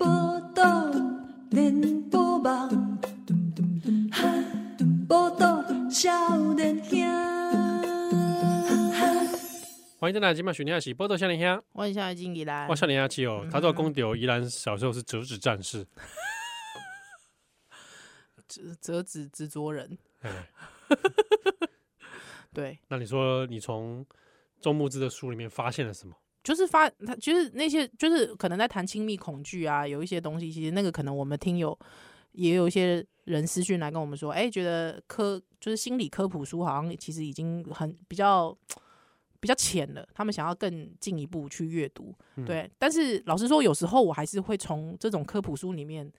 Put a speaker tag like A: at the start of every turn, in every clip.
A: 报道连波网，报道少年兄。
B: 欢迎再来今晚选听的是《波多少年兄》，
C: 我很想要经理来
B: 哇，，少年兄气哦，他做公丢宜兰小时候是折纸战 士，
C: 折折纸执着人，
B: 哎，
C: 对，
B: 那你说你从周牧之的书里面发现了什么？
C: 就是发他就是那些就是可能在谈亲密恐惧啊，有一些东西，其实那个可能我们听友也有一些人私讯来跟我们说，哎、觉得科就是心理科普书好像其实已经很比较。比较浅了，他们想要更进一步去阅读，
B: 嗯
C: 对。但是老实说，有时候我还是会从这种科普书里面，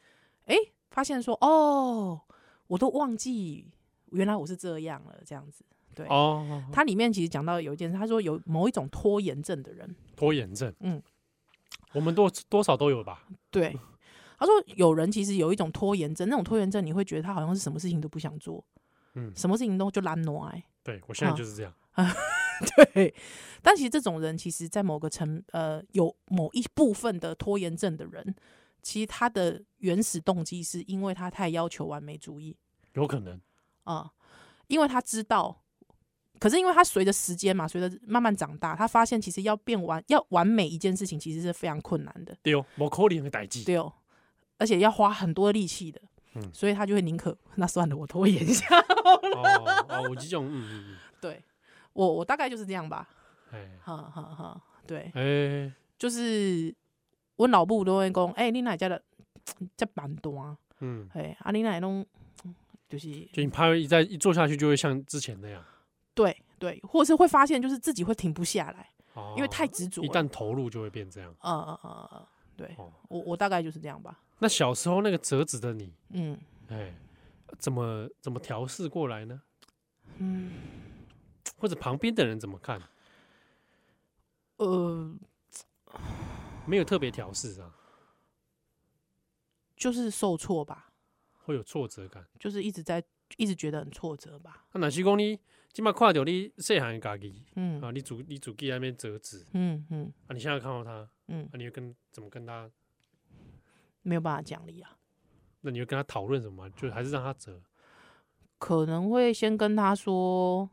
C: 哎、发现说，哦，我都忘记原来我是这样了，这样子。对
B: 哦，
C: 它里面其实讲到有一件事，他说有某一种拖延症的人，
B: 拖延症，嗯
C: 嗯，
B: 我们多多少都有吧，
C: 对，他说有人其实有一种拖延症，那种拖延症你会觉得他好像是什么事情都不想做，
B: 嗯
C: 什么事情都就懒挪哎。
B: 对我现在就是这样，
C: 对，但其实这种人其实，在某个层呃，有某一部分的拖延症的人，其实他的原始动机是因为他太要求完美主义
B: 有可能，
C: 啊、因为他知道。可是因为他随着时间嘛，随着慢慢长大，他发现其实要变完要完美一件事情，其实是非常困难的。
B: 对哦，我扣脸的代际，
C: 对哦，而且要花很多力气的，
B: 嗯
C: 所以他就会宁可那算了，我拖延一下。
B: 哦哦，有这种，嗯嗯
C: 对我，我大概就是这样吧，
B: 嗯，
C: 哈哈哈。对，
B: 哎哎，
C: 就是我老母都会讲，哎、你奶家的这蛮多啊，
B: 嗯，
C: 哎，啊，你奶弄就是
B: 就你拍一再一做下去，就会像之前那样，
C: 对对，或者是会发现就是自己会停不下来，
B: 哦，
C: 因为太执着
B: 一
C: 了。
B: 旦投入就会变这样。
C: 呃呃呃呃，对
B: 哦
C: 我我大概就是这样吧，
B: 那小时候那个折纸的你，
C: 嗯
B: 哎，怎么怎么调试过来呢？
C: 嗯。
B: 或者旁边的人怎么看？
C: 呃，
B: 没有特别调试啊，
C: 就是受挫吧，
B: 会有挫折感。
C: 就是一直在一直觉得很挫折吧。
B: 那哪些讲你今麦看到你细汉的家己
C: 嗯
B: 啊，你主你主己在那边折纸
C: 嗯嗯
B: 啊，你现在看到他啊，
C: 嗯，
B: 你会跟怎么跟他？
C: 没有办法讲理啊。
B: 那你会跟他讨论什么吗？就还是让他折？
C: 可能会先跟他说，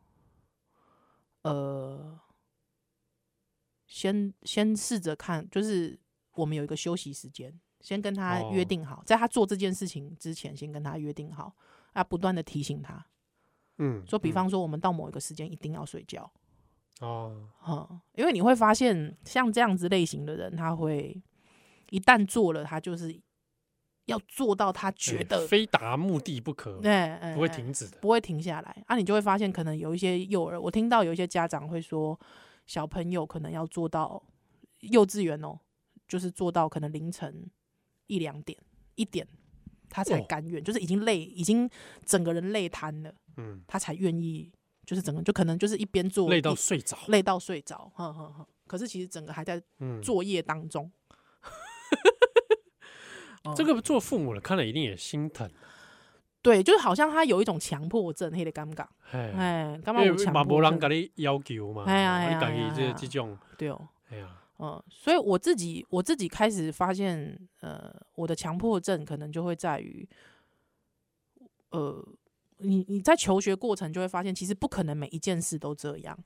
C: 呃，先先试着看，就是我们有一个休息时间，先跟他约
B: 哦
C: 定好，在他做这件事情之前，先跟他约定好，啊，不断的提醒他，
B: 嗯，
C: 说，比
B: 嗯
C: 方说我们到某一个时间一定要睡觉，
B: 哦，
C: 嗯，因为你会发现，像这样子类型的人，他会一旦做了，他就是要做到他觉
B: 哎
C: 得
B: 非达目的不可，
C: 哎哎，
B: 不会
C: 哎
B: 停止的。
C: 不会停下来啊，你就会发现，可能有一些幼儿，我听到有一些家长会说，小朋友可能要做到幼稚园哦，就是做到可能凌晨一两点、一点，他才
B: 哦
C: 甘愿，就是已经累，已经整个人累瘫了，
B: 嗯，
C: 他才愿意，就是整个就可能就是一边做
B: 累到
C: 一
B: 睡着。
C: 累到睡着，哼哼哼。可是其实整个还在
B: 嗯，
C: 作业当中，哦
B: 这个做父母的看了一定也心疼。
C: 对，就是好像他有一种强迫症，黑的尴尬，
B: 哎，
C: 哎，
B: 因
C: 干嘛
B: 为
C: 有强
B: 嘛，无
C: 迫
B: 人甲
C: 症？
B: 你要求嘛，啊
C: 哎呀哎
B: 你
C: 呀
B: 家
C: 哎呀
B: 己
C: 哎
B: 这
C: 呀
B: 这种，
C: 对哦。
B: 哎呀，
C: 嗯，所以我自己我自己开始发现，呃，我的强迫症可能就会在于，呃，你你在求学过程就会发现，其实不可能每一件事都这样，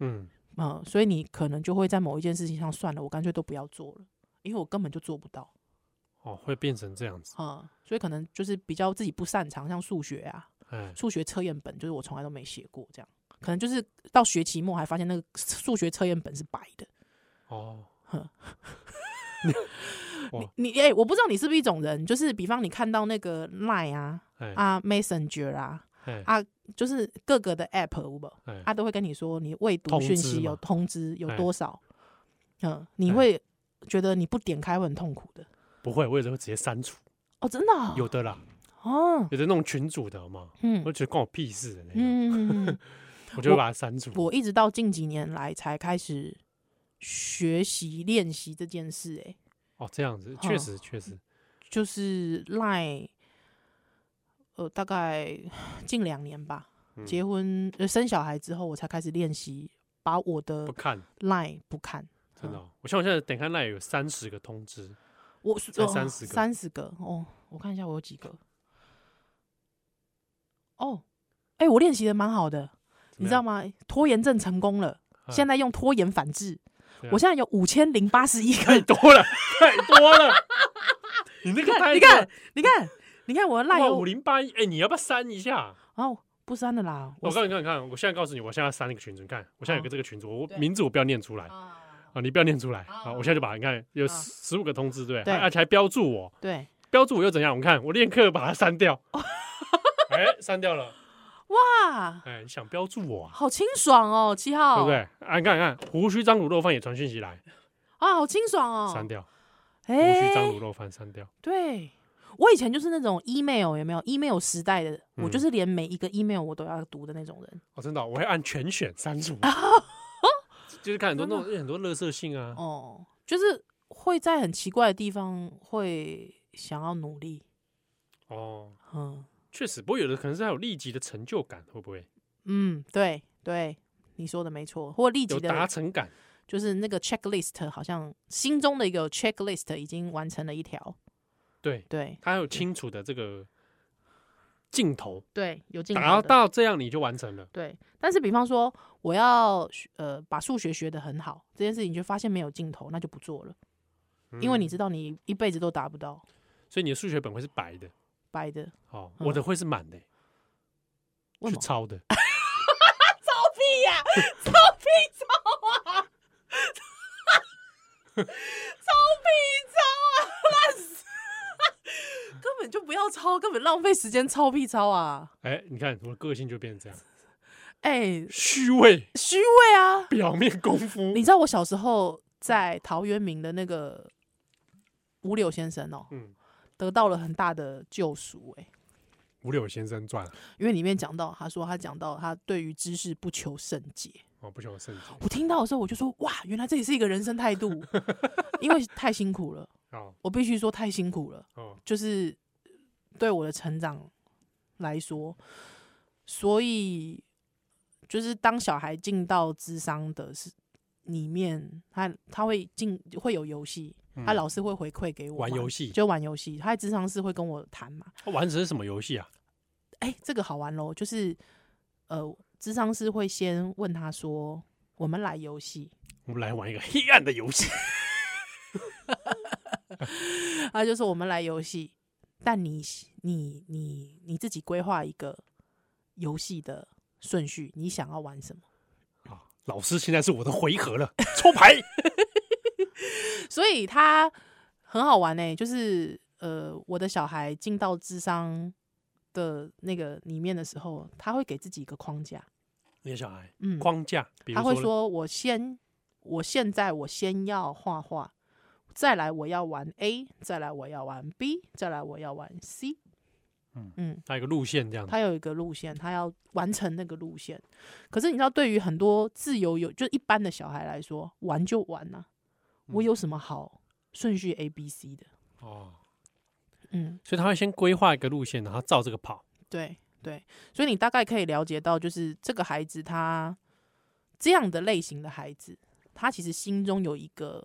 B: 嗯，
C: 嗯、所以你可能就会在某一件事情上算了，我干脆都不要做了，因为我根本就做不到，
B: 哦，会变成这样子。
C: 嗯，所以可能就是比较自己不擅长，像数学啊，
B: 哎，
C: 数学测验本就是我从来都没写过，这样，可能就是到学期末还发现那个 数学测验本是白的。
B: 哦，
C: 你哎、我不知道你是不是一种人，就是比方你看到那个 Line 啊
B: 哎，
C: 啊 Messenger 啊，
B: 哎，
C: 就是各个的 App 有没有
B: 哎，
C: 他都会跟你说你未读
B: 通知
C: 讯息有
B: 嘛
C: 通知有
B: 哎
C: 多少，嗯，你
B: 哎
C: 会觉得你不点开会很痛苦的
B: 不会，我有时候直接删除，
C: 哦，真的哦
B: 有的啦，
C: 哦，
B: 有的那种群主的嘛，
C: 嗯
B: 我觉得关我屁事的那种，
C: 嗯，嗯 嗯
B: 我就会把它删除。
C: 我一直到近几年来才开始学习练习这件事、哎，
B: 哦，这样子，确实确实，
C: 就是 Line。呃，大概近两年吧，
B: 嗯
C: 结婚呃生小孩之后，我才开始练习把我的
B: 不看，
C: Line 不看。
B: 真的
C: 嗯
B: 哦、我像我现在点开那有三十个通知，
C: 我
B: 才
C: 哦
B: 30个
C: 三十个哦，我看一下我有几个。哦，哎、我练习的蛮好的，
B: 怎么
C: 你知道
B: 样？
C: 吗？拖延症成功了，
B: 啊
C: 现在用拖延反制。
B: 对啊
C: 我现在有五千零八十一个
B: 太
C: 人，
B: 多了， 太多了。你那个太
C: 你
B: 多
C: 看
B: 了，，
C: 你看，你看，我的 Line
B: 哇，
C: 有
B: 五零八一，哎，你要不要删一下？
C: 哦，不删了啦，
B: 我告诉你，看看，我现在告诉你，我现在删了一个群组，你看，我现在有个这个群组，我
C: 哦对
B: 名字我不要念出来
C: 啊，
B: 啊，你不要念出来
C: 啊
B: 啊，我现在就把你看有
C: 啊
B: 十五个通知，对不
C: 对
B: 对，而且还标注我，
C: 对，
B: 标注我又怎样？我看我立刻把它删 掉，哎，删掉了，
C: 哇，
B: 哎，你想标注我啊，
C: 好清爽哦，七
B: 对
C: 号，
B: 不对？啊，你看你看，胡须张卤肉饭也传讯息来，
C: 啊，好清爽哦，
B: 删掉，胡须张
C: 哎，
B: 卤肉饭删掉，
C: 对。我以前就是那种 email 有没有 email 时代的，我
B: 嗯
C: 就是连每一个 email 我都要读的那种人。
B: 哦，真的哦，我会按全选删除，
C: 哦
B: 就是看很多那种很多乐色性啊，
C: 哦，就是会在很奇怪的地方会想要努力，
B: 哦，
C: 嗯
B: 确实，不过有的可能是还有立即的成就感，会不会
C: 嗯，对对，你说的没错，或立即
B: 有达
C: 的，
B: 成感？
C: 就是那个 checklist 好像心中的一个 checklist 已经完成了一条，
B: 对，
C: 对
B: 他有清楚的这个镜头，
C: 对，有进
B: 达
C: 步的，
B: 到这样你就完成了。
C: 对。但是比方说我要学呃把数学学得很好这件事情，就发现没有尽头，那就不做了，因为你
B: 嗯
C: 知道你一辈子都达不到，
B: 所以你的数学本会是白的，
C: 白的，
B: 哦，
C: 嗯
B: 我的会是满的、
C: 为
B: 去
C: 什 么？啊
B: 抄的。
C: 屁呀、臭屁臭啊，臭屁臭啊， 烂死！ 根本就不要抄，根本浪费时间抄屁抄啊！
B: 哎、你看我的个性就变成这样，
C: 哎、
B: 虚伪、
C: 虚伪啊！
B: 表面功夫
C: 你。知道我小时候在陶渊明的那个五柳先生哦、
B: 嗯，
C: 得到了很大的救赎哎、
B: 五柳先生传
C: 因为里面讲到，他说他讲到他对于知识不求甚解，
B: 哦，不求甚解
C: 我听到的时候我就说哇，原来这也是一个人生态 度，因为太辛苦了。
B: 哦
C: 我必须说太辛苦了，
B: 哦，
C: 就是对我的成长来说，所以就是当小孩进到智商的是里面，他他会进会有游戏，他
B: 嗯
C: 老师会回馈给我
B: 玩
C: 嘛
B: 游戏
C: 就玩游戏，他在智商是会跟我谈嘛，
B: 玩的是什么游戏啊？
C: 哎、这个好玩喽，就是呃，智商师会先问他说，我们来游戏，
B: 我们来玩一个黑暗的游戏。
C: 他就说我们来游戏，但你你你你自己规划一个游戏的顺序，你想要玩什么？
B: 啊，老师，现在是我的回合了，抽 牌。
C: 所以他很好玩呢、欸就是呃，我的小孩进到智商的那个里面的时候，他会给自己一个框架，
B: 你的小孩
C: 嗯，
B: 框架，比如
C: 他会
B: 呢
C: 说我先，我现在我先要画画。再来，我要玩 A，再来我要玩 B，再来我要玩 C。
B: 嗯
C: 嗯，
B: 他有个路线这样子。
C: 他有一个路线，他要完成那个路线。可是你知道，对于很多自由有就一般的小孩来说，玩就玩呐、我
B: 嗯
C: 有什么好顺序 A B C 的？
B: 哦，
C: 嗯，
B: 所以他会先规划一个路线，然后照这个跑。
C: 对对，所以你大概可以了解到，就是这个孩子他这样的类型的孩子，他其实心中有一个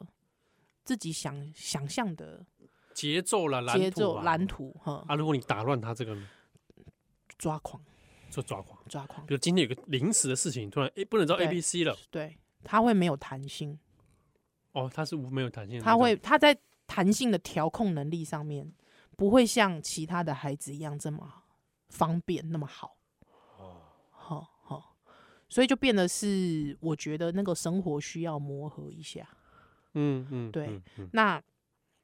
C: 自己想想象的
B: 节奏了，蓝
C: 节
B: 图
C: 奏
B: 啊
C: 蓝图，哈，
B: 啊！如果你打乱他这个呢，
C: 抓狂
B: 就抓狂。
C: 抓狂
B: 比，如今天有个临时的事情，突然诶不能照
C: 对
B: A B C 了，
C: 对他会没有弹性。
B: 哦，他是无没有弹性的那
C: 他
B: 种，
C: 会他在弹性的调控能力上面，不会像其他的孩子一样这么方便那么好。哦，好好，所以就变得是，我觉得那个生活需要磨合一下。
B: 嗯嗯，
C: 对
B: 嗯嗯
C: 那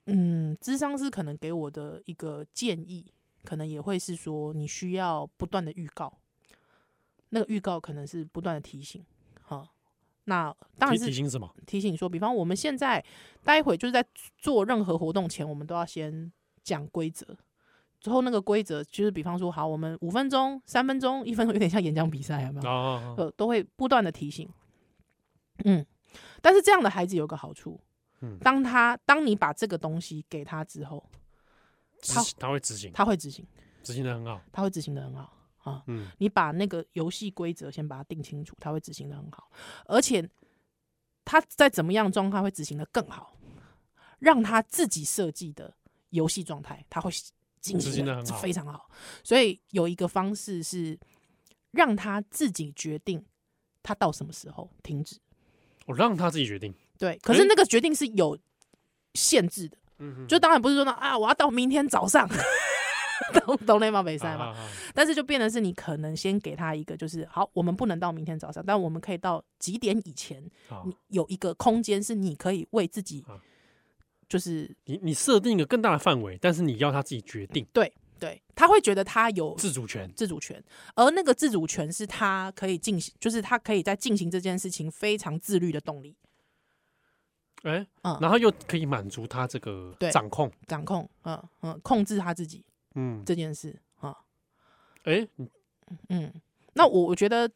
C: 嗯，智商师可能给我的一个建议，可能也会是说，你需要不断的预告，那个预告可能是不断的提醒。好，那当然
B: 提
C: 是
B: 提醒什么？
C: 提醒说，比方我们现在待会就是在做任何活动前，我们都要先讲规则。之后那个规则就是，比方说，好，我们五分钟、三分钟、一分钟，有点像演讲比赛，有没有？
B: 哦，哦
C: 呃，都会不断的提醒。嗯，但是这样的孩子有个好处，
B: 嗯
C: 当他当你把这个东西给他之后，
B: 执行他会执行
C: 他会执行，
B: 执行的很好，
C: 他会执行的很好啊。
B: 嗯，
C: 你把那个游戏规则先把它定清楚，他会执行的很好，而且他在怎么样的状态会执行的更好，让他自己设计的游戏状态他会进
B: 执
C: 行
B: 行得
C: 的
B: 很好
C: 非常好。所以有一个方式是让他自己决定他到什么时候停止。
B: 我让他自己决定，
C: 对，可是
B: 诶
C: 那个决定是有限制的，
B: 嗯，
C: 就当然不是说呢啊，我要到明天早上， 懂懂内吗？北
B: 啊
C: 赛嘛，
B: 啊啊
C: 但是就变得是你可能先给他一个，就是好，我们不能到明天早上，但我们可以到几点以前，
B: 好
C: 你有一个空间是你可以为自己
B: 啊，
C: 就是
B: 你你设定一个更大的范围，但是你要他自己决定
C: 对他会觉得他有
B: 自主权，
C: 自主权，而那个自主权是他可以进行，就是他可以在进行这件事情非常自律的动力
B: 哎、
C: 嗯
B: 然后又可以满足他这个
C: 对
B: 掌控，
C: 掌控，嗯嗯，控制他自己
B: 嗯，
C: 这件事啊，
B: 哎、你
C: 嗯，那我我觉得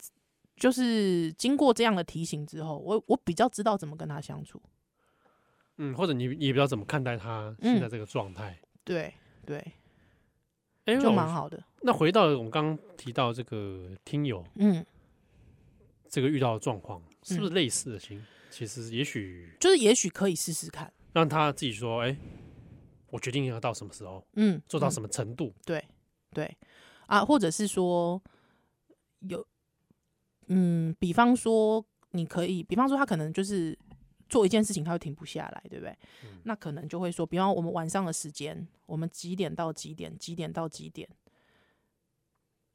C: 就是经过这样的提醒之后，我我比较知道怎么跟他相处。
B: 嗯，或者你你也不知道怎么看待他现
C: 嗯
B: 在这个状态，
C: 对对，
B: 哎、
C: 就
B: 我
C: 蛮好的。
B: 那回到我们刚刚提到这个听友
C: 嗯，
B: 这个遇到的状况，是不是类似的情？其实也许
C: 就是也许可以试试看。
B: 让他自己说，哎、我决定要到什么时候，
C: 嗯，
B: 做到
C: 嗯
B: 什么程度，
C: 对对啊，或者是说有，嗯，比方说你可以，比方说他可能就是做一件事情，他会停不下来，对不对？
B: 嗯
C: 那可能就会说，比方我们晚上的时间，我们几点到几点，几点到几点，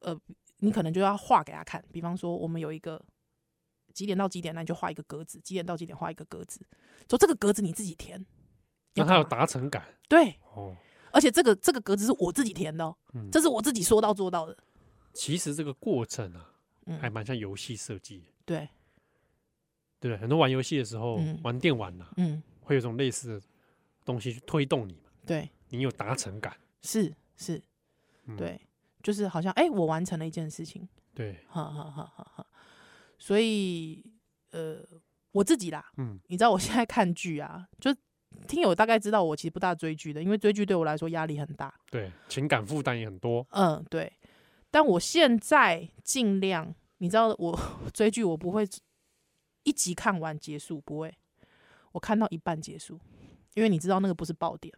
C: 呃，你可能就要画给他看。比方说，我们有一个。几点到几点？那你就画一个格子。几点到几点画一个格子？说这个格子你自己填。
B: 让他有
C: 干
B: 达
C: 嘛
B: 成感。
C: 对，
B: 哦，
C: 而且这个这个格子是我自己填的、哦，
B: 嗯
C: 这是我自己说到做到的。
B: 其实这个过程啊，还
C: 嗯，
B: 蛮像游戏设计的，
C: 对，
B: 对不对？很多玩游戏的时候，
C: 嗯
B: 玩电玩呐、啊，
C: 嗯，
B: 会有一种类似的东西去推动你嘛，
C: 对，
B: 你有达成感。
C: 是是，
B: 嗯
C: 对，就是好像哎、我完成了一件事情，
B: 对，
C: 哈哈哈哈哈。所以呃，我自己啦，
B: 嗯，
C: 你知道我现在看剧啊，就听友大概知道我其实不大追剧的，因为追剧对我来说压力很大。
B: 对，情感负担也很多。
C: 嗯，对。但我现在尽量，你知道我 追剧我不会一集看完结束，不会，我看到一半结束，因为你知道那个不是爆点，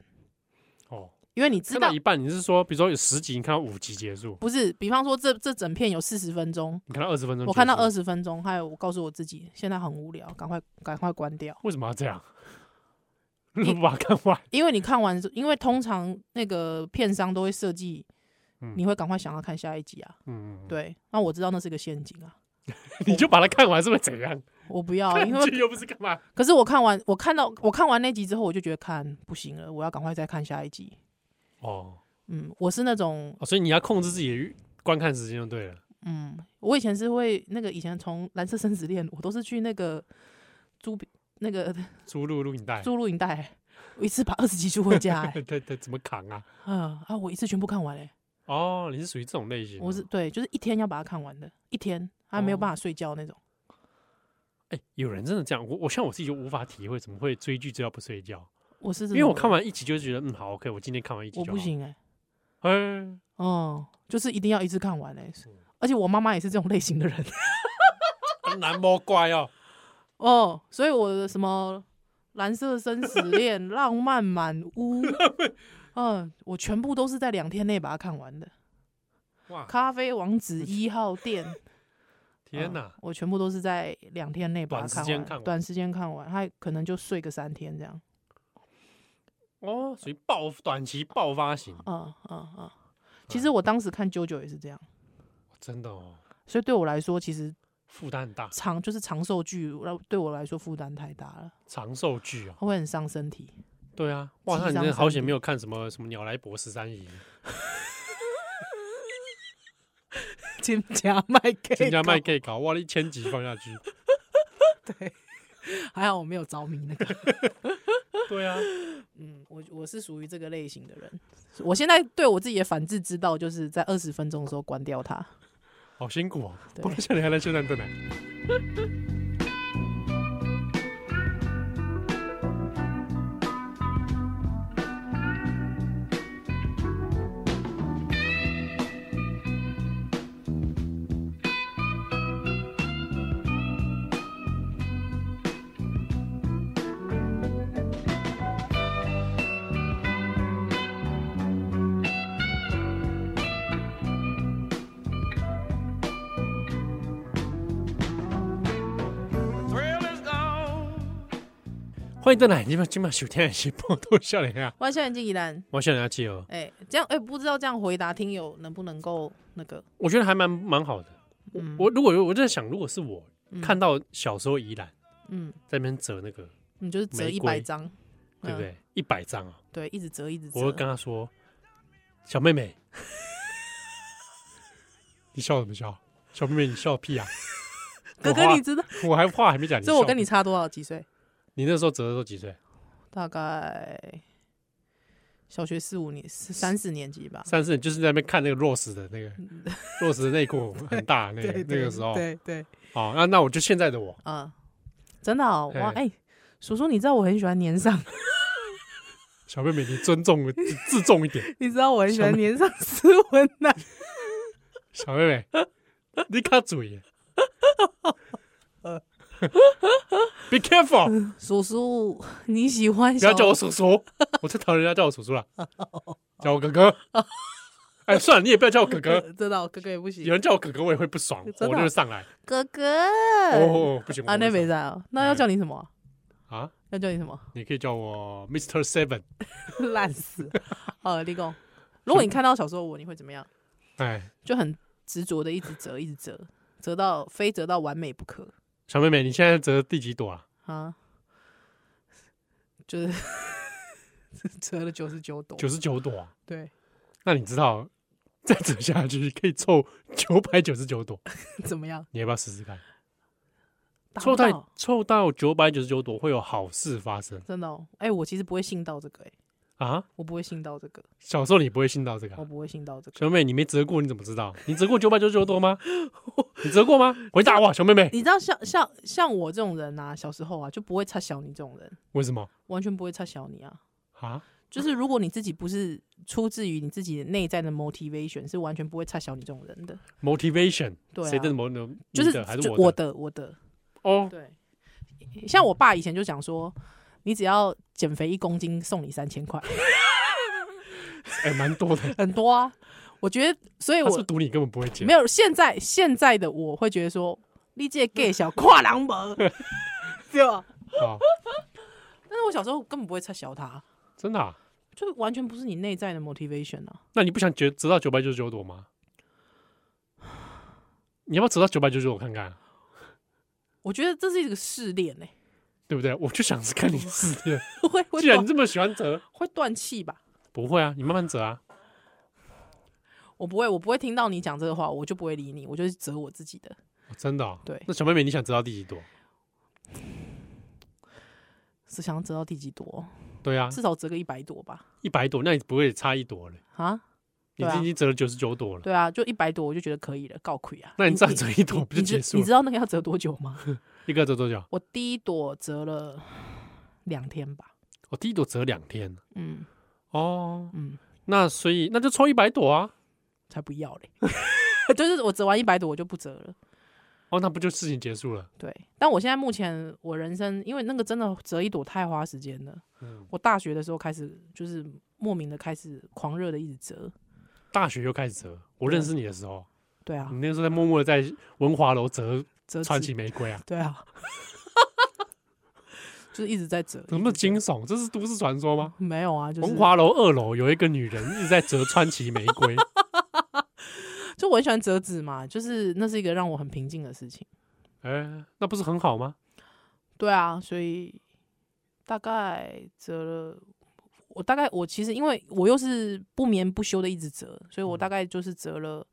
B: 哦，
C: 因为你知
B: 看
C: 道
B: 到一半，你是说，比如说有十集，你看到五集结束，
C: 不是，比方说这这整片有四十分钟，
B: 你看到二十分钟，
C: 我看到二
B: 十，
C: 十分钟，还有我告诉我自己现在很无聊，赶快赶快关掉，
B: 为什么要这样？ 不把它看完，
C: 因为你看完之，因为通常那个片商都会设计，
B: 嗯
C: 你会赶快想要看下一集啊，
B: 嗯，嗯，
C: 对，那我知道那是个陷阱啊，
B: 嗯 你就把它看完是会怎样？
C: 我不要，
B: 看
C: 因为
B: 剧又不是干嘛？
C: 可是我看完，我看到我看完那集之后，我就觉得看不行了，我要赶快再看下一集。
B: 哦，
C: 嗯，我是那种，
B: 哦所以你要控制自己的欲观看时间就对了。
C: 嗯，我以前是会那个以前从《蓝色生死恋》，我都是去那个租那个
B: 输入录影带，
C: 租录影带，我一次把二十集租回家、欸，
B: 对对对，怎么扛啊？
C: 啊啊，我一次全部看完嘞、
B: 哦，你是属于这种类型的。
C: 我是对，就是一天要把它看完的，一天还没有
B: 哦
C: 办法睡觉那种。
B: 哎、有人真的这样，我我像我自己就无法体会，怎么会追剧追到不睡觉？
C: 我是这
B: 因为我
C: 种
B: 看
C: 人，
B: 完一集就觉得，嗯，好，OK，我今天看完一集
C: 我
B: 就
C: 不
B: 好，
C: 行哎、
B: 哎、
C: 哦、就是一定要一次看完嘞、哎
B: 嗯
C: 而且我妈妈也是这种类型的人。
B: 很难摸怪 哦。
C: 哦，所以我的什么蓝色生死 恋、浪漫满屋，嗯，我全部都是在两天内把它看完的。
B: 哇，
C: 咖啡王子一号店，
B: 天
C: 嗯
B: 哪！
C: 我全部都是在两天内把它
B: 短时
C: 看
B: 间
C: 完，
B: 看完
C: 短时间看完，还可能就睡个三天这样。
B: 哦，属于爆短期爆发型，
C: 嗯嗯嗯，其实我当时看啾啾也是这样，
B: 真的哦，
C: 所以对我来说，其实
B: 负担很大，
C: 长就是长寿剧，我对我来说负担太大了，
B: 长寿剧哦。
C: 它会很伤身体。
B: 对啊，哇，那你真
C: 七伤
B: 的好险
C: 三
B: 没有看什么什么鸟来伯十三姨，
C: 金家麦给
B: 人家卖 gay 搞，哇，一千集放下去。
C: 还好我没有着迷那个。
B: 对啊，
C: 嗯，我我是属于这个类型的人。我现在对我自己的反制之道，就是在二十分钟的时候关掉它。
B: 好辛苦哦，
C: 对
B: 不然像你还来修蛋蛋呢。欢迎邓来，你们今晚收听的是《波多笑脸》啊，
C: 万象眼镜宜兰，
B: 我笑脸阿基尔，
C: 哎、这样哎、不知道这样回答听友能不能够那个？
B: 我觉得还蛮蛮好的。
C: 嗯，
B: 我如果我就在想，如果是我
C: 嗯
B: 看到小时候宜兰
C: 嗯，
B: 在那边折那个，
C: 你就是折
B: 玫
C: 一百
B: 瑰
C: 张，
B: 对不
C: 嗯？
B: 对？一百张啊，
C: 对，一直折一直折。
B: 我会跟他说：“小妹妹， 你笑什么笑？小妹妹，你笑屁啊！
C: 哥
B: 我
C: 哥，
B: 话
C: 你知道？
B: 我还话还没讲，
C: 这我
B: 笑
C: 跟你
B: 屁
C: 差多少几岁？
B: 你那时候折的时候几岁？
C: 大概小学四五年、四三四年级吧。
B: 三四，就是在那边看那个 Rose 的那个 Rose 的内 裤很大，那个
C: 嗯对，
B: 那个时候。
C: 对对，
B: 好，那那我就现在的我，
C: 嗯，真的哦，哇，
B: 嘿
C: 哎，叔叔，你知道我很喜欢年上，
B: 小妹妹，你尊重我自自重一 点，
C: 你知道我很喜欢
B: 小
C: 年上斯文啊男，
B: 小妹妹，你卡嘴 耶。Be careful！
C: 叔叔嗯你喜欢
B: 不要
C: 小哦
B: 叫我叔叔，我最讨厌人家叫我叔叔了，叫我哥 哥。哎，算了，你也不要叫我哥哥，
C: 呃，真的哦，哥哥也不行
B: 有，人叫我哥哥，我也会不爽，
C: 真的
B: 我
C: 啊
B: 就会上来。
C: 哥哥
B: 哦，不行，
C: 啊，
B: 我
C: 那没
B: 会上
C: 在哦，那要叫你什么？
B: 啊，
C: 要叫你 什么？
B: 你可以叫我 Mr. Seven。
C: 烂 死！呃，立功，如果你看到小时候我，你会怎么样？
B: 哎，
C: 就很执着的一直折，一直折，折到非折到完美不可
B: 小妹妹，你现在折第几朵啊？
C: 啊！就是 折了九十九朵，
B: 九十九朵啊。
C: 对，
B: 那你知道再折下去可以凑九百九十九朵，
C: 怎么样？
B: 你要不要试试看？
C: 达
B: 凑
C: 不
B: 到
C: 到
B: 凑到九百九十九朵会有好事发生
C: 真的、哦，哎、我其实不会信到这个、哎，
B: 啊！
C: 我不会信到这个，
B: 小时候你不会信到这个啊、
C: 我不会信到这个。
B: 小妹，你没折过，你怎么知道？你折过九百九十九朵吗？ 你折过吗？回答我，小妹妹，
C: 你知道像像像我这种人啊，小时候啊就不会差小你这种人，
B: 为什么
C: 完全不会差小你啊。
B: 啊？
C: 就是如果你自己不是出自于你自己内在的 motivation，是完全不会差小你这种人的。
B: motivation，
C: 对啊
B: 谁的某能
C: 就是
B: 还是
C: 就
B: 我
C: 我
B: 的？
C: 的我的
B: 哦，
C: 对，像我爸以前就讲说，你只要减肥一公斤，送你三千块，
B: 哎，蛮多 的。
C: 很多啊。我觉得，所以
B: 他是不是
C: 我
B: 赌你根本不会减
C: 没，有现在现在的我会觉得说，你这 gay 小跨狼门， 对吧？
B: 啊，
C: 但是我小时候根本不会差小他，
B: 真的啊？
C: 就完全不是你内在的 motivation 啊。
B: 那你不想折折到九百九十九朵吗？ 你要不要折到九百九十九？我看看啊、
C: 我觉得这是一个试炼呢，
B: 对不对？我就想是看你试验。
C: 会 会
B: 既然你
C: 断
B: 这么喜欢折，
C: 会断气吧？
B: 不会啊，你慢慢折啊。
C: 我不会，我不会听到你讲这个话，我就不会理你，我就是折我自己的。
B: 哦真的、哦。
C: 对
B: 那小妹妹，你想折到第几朵？
C: 是想要折到第几朵？
B: 对啊，
C: 至少折个一百朵吧？
B: 一百朵，那你不会差一朵了？
C: 啊？
B: 你
C: 对啊
B: 已经折了九十九朵了。
C: 对啊，就一百朵我就觉得可以了，告亏啊。
B: 那你再折一朵不就
C: 你知
B: 结束
C: 你
B: 了
C: 知？道那个要折多久吗？
B: 一个折多久？
C: 我第一朵折了两天吧。
B: 我第一朵折两天
C: 嗯
B: 哦。
C: 嗯，
B: 那所以那就抽一百朵啊。
C: 才不要 嘞！就是我折完一百朵我就不折了。
B: 哦，那不就事情结束了？
C: 对，但我现在目前我人生，因为那个真的折一朵太花时间了。
B: 嗯，
C: 我大学的时候开始就是莫名的开始狂热的一直折。
B: 大学又开始折。我认识你的时候，
C: 对啊
B: 你，那时候在默默的在文华楼折
C: 折
B: 传
C: 纸
B: 奇玫瑰啊，
C: 对啊， 就是一直在折。
B: 怎么那么
C: 呃一直
B: 惊悚？这是都市传说吗？
C: 折没有啊，就是
B: 文华楼二楼有一个女人一直在折川崎玫 瑰，
C: 就我很喜欢折纸嘛，就是那是一个让我很平静的事情。
B: 哎、那不是很好吗？
C: 对啊，所以大概折了，我大概我其实因为我又是不眠不休的一直折，所以
B: 嗯
C: 我大概就是折了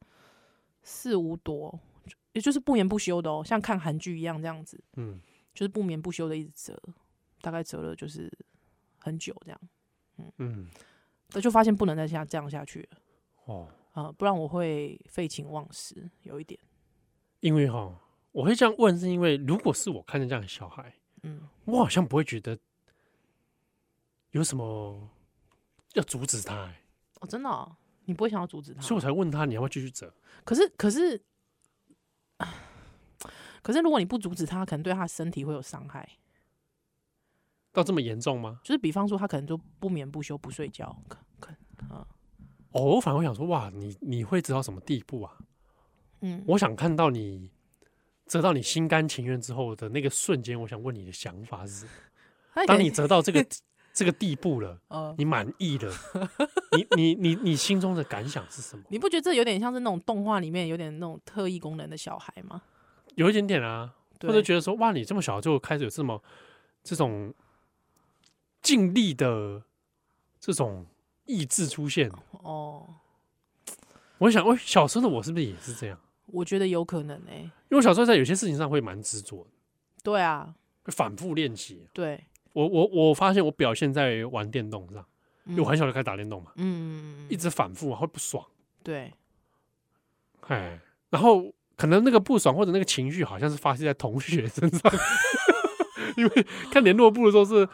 C: 四五朵，就也就是不眠不休的哦，像看韩剧一样这样子，
B: 嗯，
C: 就是不眠不休的一直折，大概折了就是很久这样，
B: 嗯，
C: 我就发现不能再下这样下去了
B: 哦，
C: 啊、不然我会废寝忘食，有一点，
B: 因为哈，我会这样问，是因为如果是我看见这样的小孩，
C: 嗯，
B: 我好像不会觉得有什么要阻止他、欸，
C: 哦，真的哦、你不会想要阻止他，
B: 所以我才问他你要不要继续折。
C: 可是可是，可是如果你不阻止他，可能对他的身体会有伤害。
B: 到这么严重吗？
C: 就是比方说，他可能就不眠不休、不睡觉，可可呃
B: 哦，我反而会想说，哇，你你会折到什么地步啊？
C: 嗯，
B: 我想看到你折到你心甘情愿之后的那个瞬间，我想问你的想法是什么
C: 那
B: 当
C: 可
B: 你
C: 以
B: 得到这个这个地步了，
C: 呃，
B: 你满意了，你你你你心中的感想是什么？
C: 你不觉得这有点像是那种动画里面有点那种特异功能的小孩吗？
B: 有一点点啊，或者觉得说哇，你这么小就开始有这么这种尽力的这种意志出现。
C: 哦，
B: 我想，我小时候的我是不是也是这样？
C: 我觉得有可能哎、
B: 因为我小时候在有些事情上会蛮执着的，
C: 对啊，
B: 会反复练习。
C: 对，
B: 我我我发现我表现在玩电动上，因为我
C: 嗯
B: 很小就开始打电动嘛，
C: 嗯，
B: 一直反复啊，会不爽。
C: 对，
B: 哎，然后可能那个不爽或者那个情绪，好像是发泄在同学身上， 因为看联络部的时候是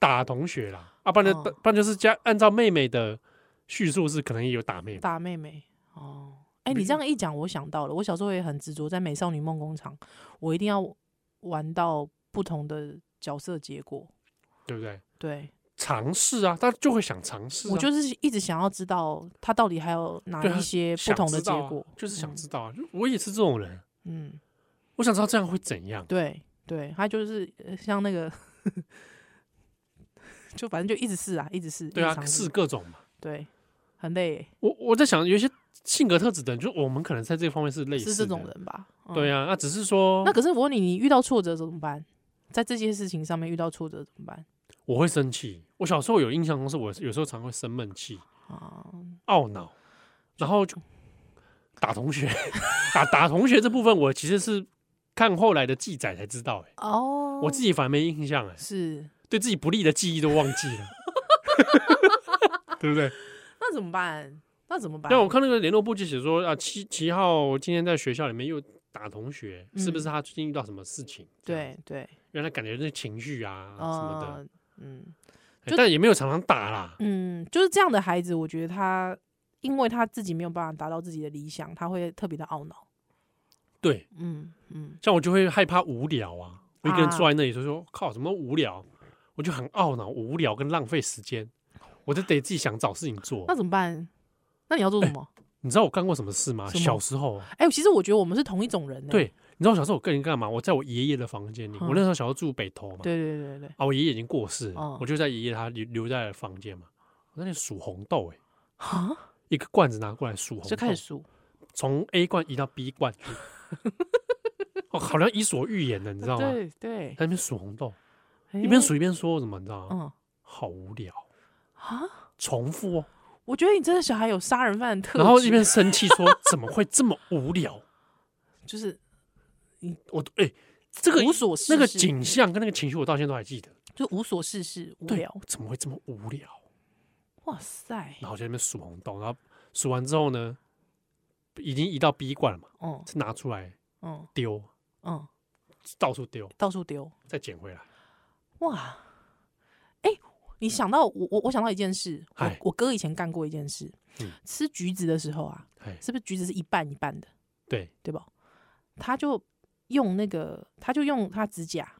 B: 打同学啦，啊，不然就、
C: 哦
B: 不然就是加按照妹妹的叙述是可能也有打妹妹，
C: 大妹妹哦。哎、你这样一讲，我想到了，我小时候也很执着，在《美少女梦工厂》，我一定要玩到不同的角色结果。
B: 对不对？
C: 对，
B: 尝试啊，大家就会想尝试、啊，
C: 我就是一直想要知道他到底还有哪
B: 对啊
C: 一些不
B: 想
C: 同的
B: 知
C: 结
B: 道啊
C: 果。
B: 就是想
C: 嗯
B: 知道啊，就我也是这种人，
C: 嗯，
B: 我想知道这样会怎样，
C: 对对，他就是呃像那个，就反正就一直试啊，一直试，一
B: 对
C: 直
B: 啊，
C: 尝
B: 试
C: 试，
B: 各种嘛。
C: 对，很累耶，
B: 我我在想，有一些性格特质的人，就我们可能在这方面是类似
C: 是这种
B: 的，
C: 人吧？嗯
B: 对啊，那只是说，
C: 那可是我问你，你遇到挫折怎么办？在这些事情上面遇到挫折怎么办？
B: 我会生气。我小时候有印象中是我有时候常会生闷气、
C: 啊、
B: 懊恼，然后就打同学， 打打同学这部分我其实是看后来的记载才知道、欸，
C: 哦，
B: 我自己反而没印象、欸，
C: 是
B: 对自己不利的记忆都忘记了， 对不对？
C: 那怎么办？那怎么办？
B: 但我看那个联络簿就写说啊，七七号今天在学校里面又打同学，是不是他最近遇到什么事情？这样，
C: 嗯对对，
B: 原来感觉是情绪啊什么的
C: 呃，嗯
B: 欸
C: 就
B: 但也没有常常打啦。
C: 嗯，就是这样的孩子，我觉得他因为他自己没有办法达到自己的理想，他会特别的懊恼。
B: 对，
C: 嗯嗯，
B: 像我就会害怕无聊啊，我一个人
C: 啊
B: 坐在那里就说靠什么无聊，我就很懊恼无聊跟浪费时间，我就得自己想找事情做
C: 那。怎么办？那你要做 什么？
B: 你知道我干过什么事吗？
C: 什么
B: 小时候啊，
C: 哎、其实我觉得我们是同一种人、呢。
B: 对，你知道我小时候我个人干嘛？我在我爷爷的房间里，
C: 嗯
B: 我那时候小时候住北头嘛，
C: 对对对对，
B: 啊，我爷爷已经过世了
C: 嗯，
B: 我就在爷爷他留留在房间嘛，我在那里数红豆，哎，
C: 啊，
B: 一个罐子拿过来数红豆，
C: 就开始数。
B: 从 A 罐移到 B 罐 去，我好像伊索寓言的，你知道吗？
C: 对对，
B: 在那边数红豆，
C: 哎
B: 一边数一边说什么，你知道吗？
C: 嗯
B: 好无聊。
C: 啊，
B: 重复哦，
C: 我觉得你这个小孩有杀人犯的特质。
B: 然后一边生气说怎么会这么无 聊？
C: 就是
B: 我哎、这个
C: 无所事事，
B: 那个景象跟那个情绪，我到现在都还记得。
C: 就无所事事，无
B: 对
C: 聊。
B: 怎么会这么无聊？
C: 哇塞，
B: 然后就在那边数红豆，然后数完之后呢，已经移到 B 罐了嘛，
C: 嗯
B: 是拿出来
C: 嗯
B: 丢，
C: 嗯，
B: 到处丢，
C: 到处丢。
B: 再捡回来。
C: 哇，哎、你想到我我我想到一件事，我
B: 嗨
C: 我哥以前干过一件事，
B: 嗯
C: 吃橘子的时候啊，
B: 哎，
C: 是不是橘子是一半一半的，
B: 对，
C: 对吧？他就用那个，他就用他指甲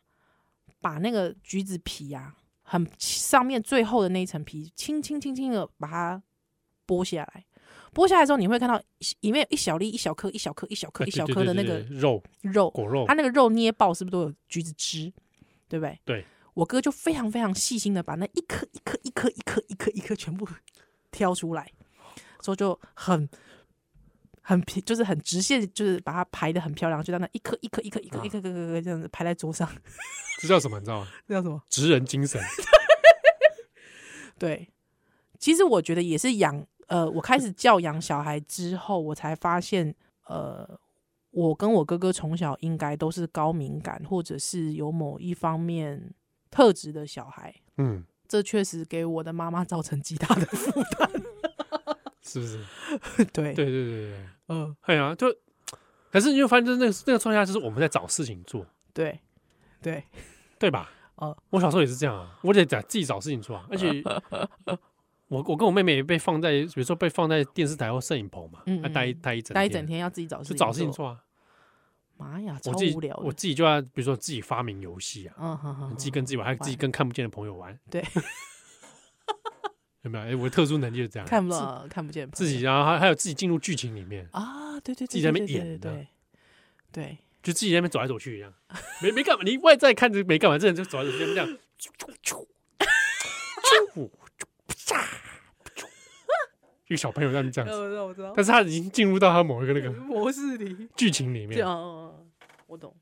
C: 把那个橘子皮啊，很上面最后的那一层皮，轻轻轻轻的把它剥下来。剥下来之后，你会看到里面有一小粒、一小颗、一小颗、一小颗、
B: 对
C: 一小
B: 对
C: 颗
B: 对
C: 的那
B: 对
C: 个啊
B: 对肉
C: 肉，
B: 果肉
C: 它，那个肉捏爆是不是都有橘子汁？对不对？
B: 对，
C: 我哥就非常非常细心的把那一颗一颗一颗一颗一颗一颗全部挑出来，所以就很很平，就是很直线，就是把它排的很漂亮，就在那一颗一颗一颗一颗
B: 啊
C: 一颗一颗一颗一颗这样子排在桌上，
B: 这叫什么？你知道吗？
C: 这叫什么？
B: 职人 精神。
C: 对，其实我觉得也是养呃，我开始教养小孩之后，我才发现呃，我跟我哥哥从小应该都是高敏感或者是有某一方面特质的小孩，
B: 嗯，
C: 这确实给我的妈妈造成极大的负担。
B: 是不是？
C: 对，
B: 对对对对对，
C: 嗯，
B: 哎呀、就可是你会发现，就是那个那个状态，就是我们在找事情做。
C: 对，对，
B: 对吧？
C: 哦
B: 我小时候也是这样啊，我得找自己找事情做啊，而 且我我跟我妹妹也被放在，比如说被放在电视台或摄影棚嘛，
C: 嗯
B: 要待一待一整
C: 待一
B: 天
C: 整，天要自己找
B: 就
C: 事情
B: 找事情。做啊。
C: 妈呀，超
B: 我自己
C: 无聊
B: 我
C: 的。
B: 自己就要，比如说自己发明游戏啊，
C: 嗯哼哼，
B: 自己跟自己玩，还有
C: 玩
B: 自己跟看不见的朋友玩。
C: 哎对，
B: 有没有？哎，我的特殊能力就是这样，
C: 看不到啊看不见朋
B: 自
C: 友
B: 己，然后还还有自己进入剧情里面，
C: 啊，对对，对
B: 自己在那边
C: 对对
B: 演
C: 对对
B: 的
C: 对，
B: 就自己在那边走来走去一样，没没干嘛，你外在看着没干嘛，这人就走来走去这样一个小朋友在那边这样子，
C: 我知道，我知道，
B: 但是他已经进入到他某一个那个
C: 模式里
B: 剧情里
C: 这
B: 面
C: 样，，嗯我懂。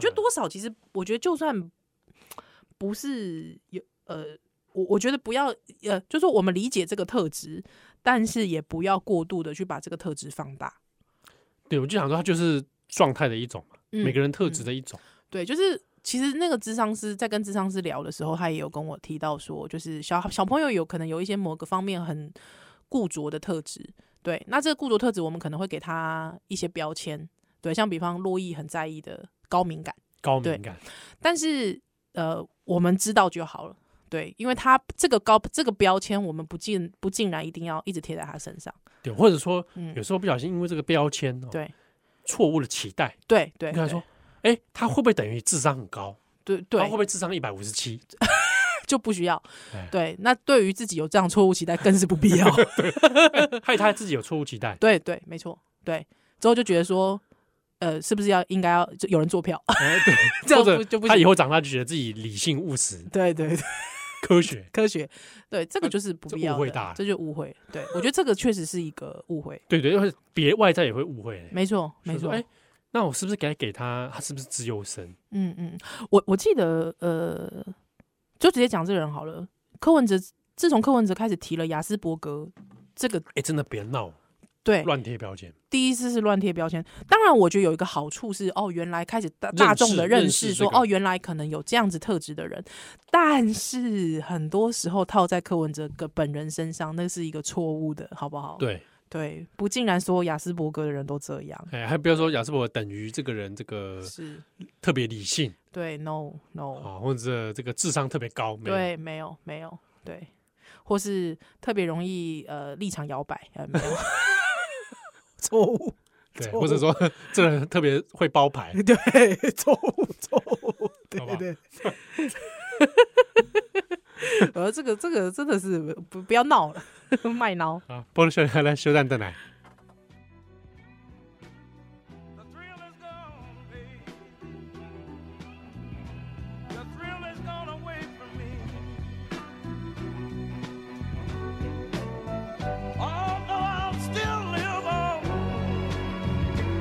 B: 嗯
C: 觉得多少其实，我觉得就算不是有呃，我我觉得不要呃，就说我们理解这个特质，但是也不要过度的去把这个特质放大。
B: 对我就想说，他就是状态的一种嘛，
C: 嗯
B: 每个人特质的一种，
C: 对，就是其实那个智商师在跟智商师聊的时候，他也有跟我提到说，就是小小朋友有可能有一些某个方面很固着的特质。对，那这个固着特质，我们可能会给他一些标签。对，像比方洛伊很在意的高敏感，
B: 高
C: 对
B: 敏感，
C: 但是呃，我们知道就好了。对，因为他这个高这个标签，我们不尽不竟然一定要一直贴在他身上。
B: 对，或者说
C: 嗯
B: 有，时候不小心因为这个标签哦，
C: 对
B: 错误的期待，
C: 对对，
B: 你跟他说，哎，他会不会等于智商很高？
C: 对
B: 他
C: 对，
B: 会不会智商一百五十七？
C: 就不需要
B: 哎。
C: 对，那对于自己有这样错误期待，更是不必 要。，
B: 害他自己有错误期待
C: 对对，没错，对。之后就觉得说，呃，是不是要应该要就有人做票？
B: 哎对，
C: 这样
B: 或
C: 不
B: 者
C: 就不
B: 他
C: 行
B: 以后长大就觉得自己理性务实、
C: 对对对，
B: 科学，
C: 科学，对这个就是不
B: 这
C: 必
B: 误
C: 要的，
B: 会大了
C: 这就误会。对我觉得这个确实是一个误会，
B: 对对，因为别外在也会误会，
C: 没错没
B: 就说
C: 错。
B: 哎，那我是不是该给他？他是不是自由身？
C: 嗯嗯，我我记得呃，就直接讲这个人好了。柯文哲自从柯文哲开始提了雅斯伯格这个，
B: 哎，真的别闹，
C: 对，
B: 乱贴标签，
C: 第一次是乱贴标签。当然，我觉得有一个好处是，哦，原来开始大
B: 认识
C: 大众的认
B: 认
C: 识
B: 识
C: 说，
B: 这个
C: 哦，原来可能有这样子特质的人。但是很多时候套在柯文哲个本人身上，那是一个错误的，好不好？
B: 对，
C: 对不竟然所有雅斯伯格的人都这样，
B: 哎，还不要说雅斯伯格等于这个人这个
C: 是
B: 特别理性
C: 对，no no，
B: 啊，或者这个智商特别高，没有
C: 对，没有没有，对，或是特别容易呃立场摇摆，呃没有错误，
B: 对，
C: 错
B: 或者说这个人特别会包 牌，
C: 对，错误错误，对
B: 好吧
C: 对。 呃，这个这个真的是不不要闹了，卖闹。
B: 啊，波多少年来修蛋蛋奶，
D: The thrill is gone, baby. The thrill is gone away from me. Although I'll still live on,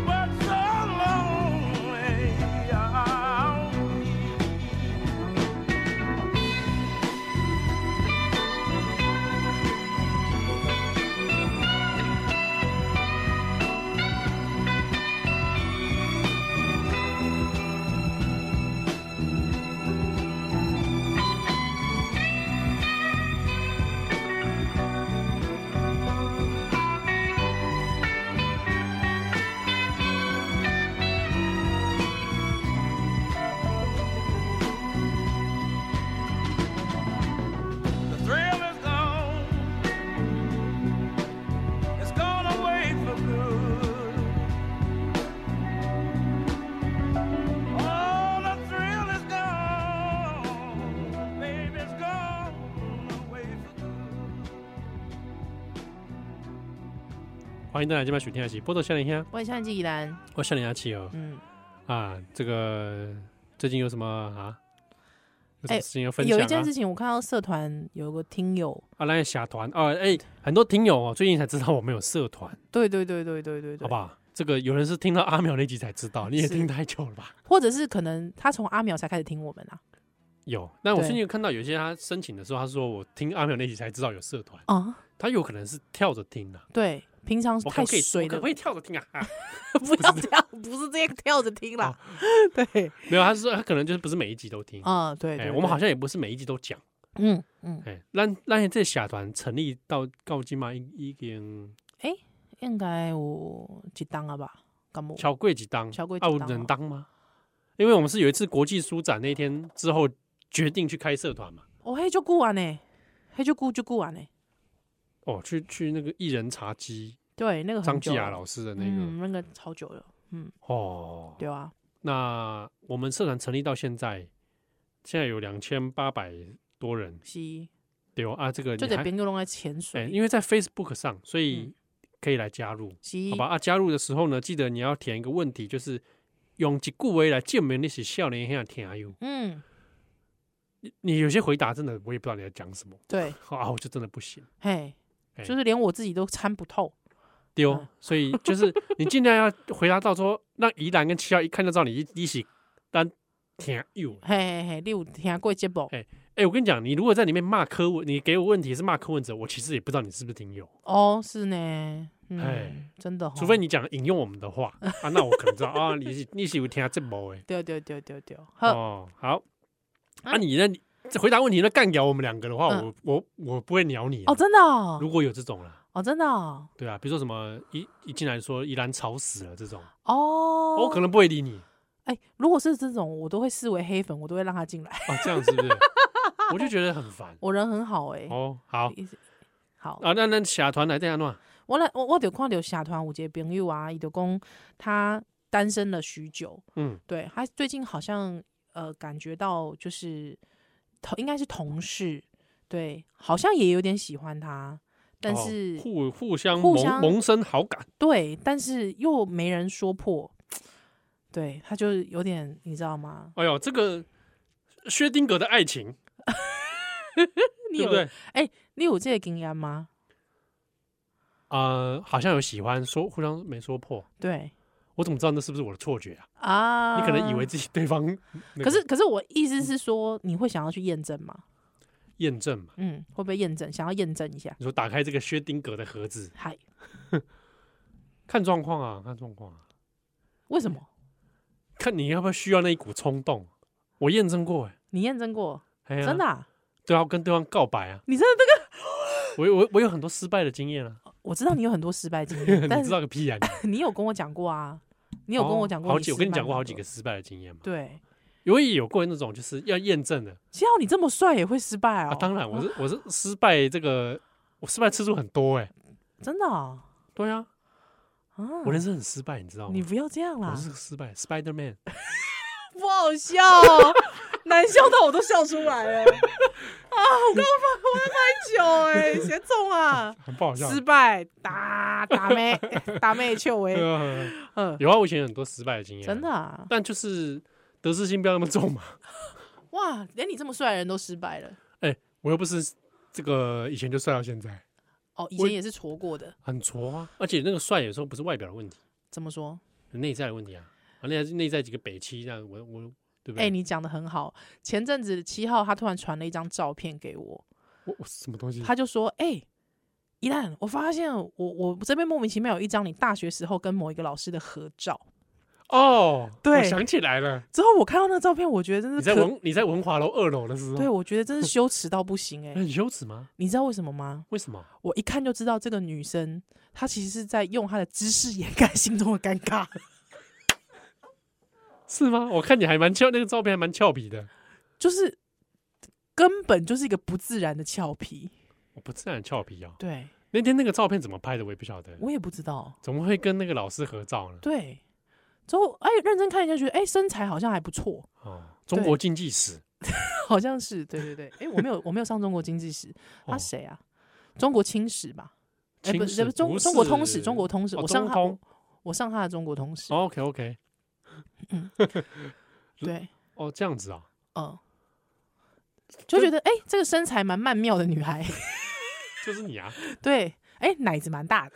D: but so lonely I'll be. The thrill is gone. It's gone away for good. Oh, the thrill is gone. Baby, it's gone away for good.
B: 欢迎大家今晚收听的是波多少年香，
C: 我也相信依然，
B: 我少年阿七哦
C: 嗯，
B: 啊，这个最近有什么啊？有什
C: 哎
B: 么事情要分享
C: 有一件
B: 啊
C: 事？情，我看到社团有个听友，
B: 啊，那社团啊，哎，很多听友哦，最近才知道我们有社团，
C: 对对对对对对对，
B: 好不好？这个有人是听到阿苗那集才知道，你也
C: 是
B: 听太久了 吧？
C: 或者是可能他从阿苗才开始听我们啊，
B: 有，那我
C: 对
B: 最近有看到有些他申请的时候，他说我听阿苗那集才知道有社团，
C: 啊，
B: 他有可能是跳着听的、啊，
C: 对，平常
B: 我可
C: 太
B: 不可以
C: 水
B: 我可
C: 的
B: 不，可以跳着听啊？啊
C: 不要这样，哦不是这样跳着听啦， 对，
B: 没有，他是说他可能就是不是每一集都听，
C: 啊，对，
B: 哎，
C: 对
B: 我们好，
C: 对
B: 像也不是每一集都讲。
C: 嗯嗯，
B: 哎，咱咱这社团成立到到今嘛，已已经
C: 应该有几档了吧，干嘛？
B: 超过几档，
C: 超过一
B: 啊，有
C: 档
B: 人
C: 哦
B: 当吗？因为我们是有一次国际书展那天之后决定去开社团嘛，
C: 哦，嘿，就顾完呢，嘿，就顾就顾完呢，
B: 哦，去去那个艺人茶几，
C: 对，那个很
B: 张
C: 久
B: 继雅
C: 了
B: 老师的那
C: 嗯，
B: 个，
C: 那个超久了，嗯，
B: 哦，
C: 对啊，
B: 那我们社团成立到现在，现在有两千八百多人，
C: 是，
B: 对哦啊，这个
C: 就
B: 你
C: 得
B: 还
C: 边个弄在潜
B: 哎，
C: 水，
B: 因为在 Facebook 上，所以
C: 嗯
B: 可以来加入，
C: 是，
B: 好吧？啊，加入的时候呢，记得你要填一个问题，就是用一句话来证明你是少年兄听友。
C: 嗯，
B: 你你有些回答真的我也不知道你在讲什么
C: 对，
B: 啊，我就真的不行
C: 嘿，
B: 哎
C: 就是连我自己都参不透。
B: 丢
C: 嗯，
B: 所以就是你尽量要回答到说，让宜兰跟七号一看就知道你一一起单听有。
C: 嘿嘿嘿，你有听过节目
B: 哎哎、我跟你讲，你如果在里面骂柯文，你给我问题是骂柯文哲，我其实也不知道你是不是听友，
C: 哦？是呢，嗯
B: 哎，
C: 真的哦，
B: 除非你讲引用我们的 话啊，那我可能知道啊，你是你是有听这部哎。
C: 对对对对对，呵，
B: 哦，好，啊，
C: 哎
B: 你呢？这回答问题那干掉我们两个的话，
C: 嗯
B: 我我我不会鸟你啊
C: 哦，真的哦
B: 如果有这种了，
C: 哦，真的哦，
B: 对啊，比如说什么一一进来说宜兰吵死了这种，
C: 哦
B: 我可能不会理你
C: 哎，如果是这种，我都会视为黑粉，我都会让他进来。
B: 哦，这样是不 是？我就觉得很烦
C: 我人很好哎，
B: 哦。好
C: 一直好，
B: 啊，那那社团来这样弄，
C: 我来我我就看到社团有一个朋友啊，伊就讲他单身了许久，
B: 嗯
C: 对他最近好像呃感觉到就是同应该是同事，对，好像也有点喜欢他，但
B: 哦
C: 是、
B: 互互相
C: 互
B: 萌
C: 相
B: 萌生好感，
C: 对，但是又没人说破，对，他就有点你知道吗？
B: 哎呦，这个薛丁格的爱情，
C: 你
B: 对
C: 有
B: 不对？
C: 你有这个经验吗？
B: 呃，好像有喜欢说互相没说破，
C: 对
B: 我怎么知道那是不是我的错觉啊？
C: 啊，
B: 你可能以为自己对方那个嗯
C: 可是可是我意思是说，你会想要去验证吗？
B: 验证嘛？
C: 嗯，会不会验证？想要验证一下？
B: 你说打开这个薛丁格的盒子，
C: 嗨，
B: 看状况啊，看状况啊，
C: 为什么？
B: 看你要不要需要那一股冲动。我验证过、欸，
C: 你验证过？
B: 哎、
C: 真的、啊？
B: 对啊，跟对方告白啊，
C: 你真的这个？
B: 我我我有很多失败的经验啊，
C: 我知道你有很多失败经 验，
B: 你
C: 哦但
B: 知
C: 是
B: 道个屁啊！你
C: 你有跟我讲过啊，你有跟我讲过、
B: 哦好几，我跟你讲过好几个
C: 失
B: 失败的经验嘛
C: 败，的。对，
B: 我也有过那种就是要验证的
C: 只要你这么帅也会失败哦。
B: 啊，当然我是我是失败这个我失败次数很多哎、
C: 真的哦
B: 对啊，
C: 啊，
B: 我人生很失败，你知道
C: 你啊
B: 吗？
C: 不要这样啦
B: 哦我，是个失败 Spider Man，
C: 不好笑、 哦，难笑到我都笑出来了。 啊，我刚刚我在 拍酒哎，谁中啊？
B: 很不好笑。
C: 失败，打打妹， 打妹球哎，
B: 呃
C: 嗯，
B: 有啊，我以前有很多失败的经验，
C: 真的、啊、
B: 但就是得失心不要那么重嘛。
C: 哇，连你这么帅的人都失败了。
B: 哎、我又不是这个以前就帅到现在，
C: 哦，以
B: 我
C: 前也是挫过的，
B: 很挫啊。而且那个帅有时候不是外表的问题，
C: 怎么说？
B: 内在的问题啊。啊，内在内在几个北七这样，我我对不
C: 哎、
B: 对？
C: 你讲的很好。前阵子七号他突然传了一张照片给我，
B: 我我什么东西？
C: 他就说：“哎、一旦我发现我我这边莫名其妙有一张你大学时候跟某一个老师的合照。
B: 哦，
C: 对
B: 我想起来了，”
C: 之后我看到那照片，我觉得真
B: 你
C: 的
B: 在
C: 可，
B: 文你在文华楼二楼的时候，
C: 对我觉得真是羞耻到不行哎、
B: 很羞耻吗？
C: 你知道为什么吗？
B: 为什么？
C: 我一看就知道这个女生她其实是在用她的姿势掩盖心中的尴尬。
B: 是吗？我看你还蛮俏，那个照片还蛮俏皮的。
C: 就是根本就是一个不自然的俏皮。
B: 我不自然俏皮哦。
C: 对
B: 那天那个照片怎么拍的，我也不晓得。
C: 我也不知道，
B: 怎么会跟那个老师合照呢？
C: 对，之后哎认真看一下，觉得哎身材好像还不错，
B: 哦，中国经济史。
C: 好像是对对对，哎我没有我没有上中国经济史，他
B: 哦
C: 谁啊？中国清史吧？哎不
B: 清
C: 是
B: 史
C: 不是中
B: 不
C: 中国
B: 是
C: 通史，中国通史，
B: 哦
C: 我
B: 中
C: 上他
B: 通哦
C: 我我上他的中国通史，
B: OK OK，
C: 对，
B: 哦这样子啊、
C: 嗯。就觉得哎、这个身材蛮曼妙的女孩，
B: 就是你啊，
C: 对，哎、奶子蛮大的，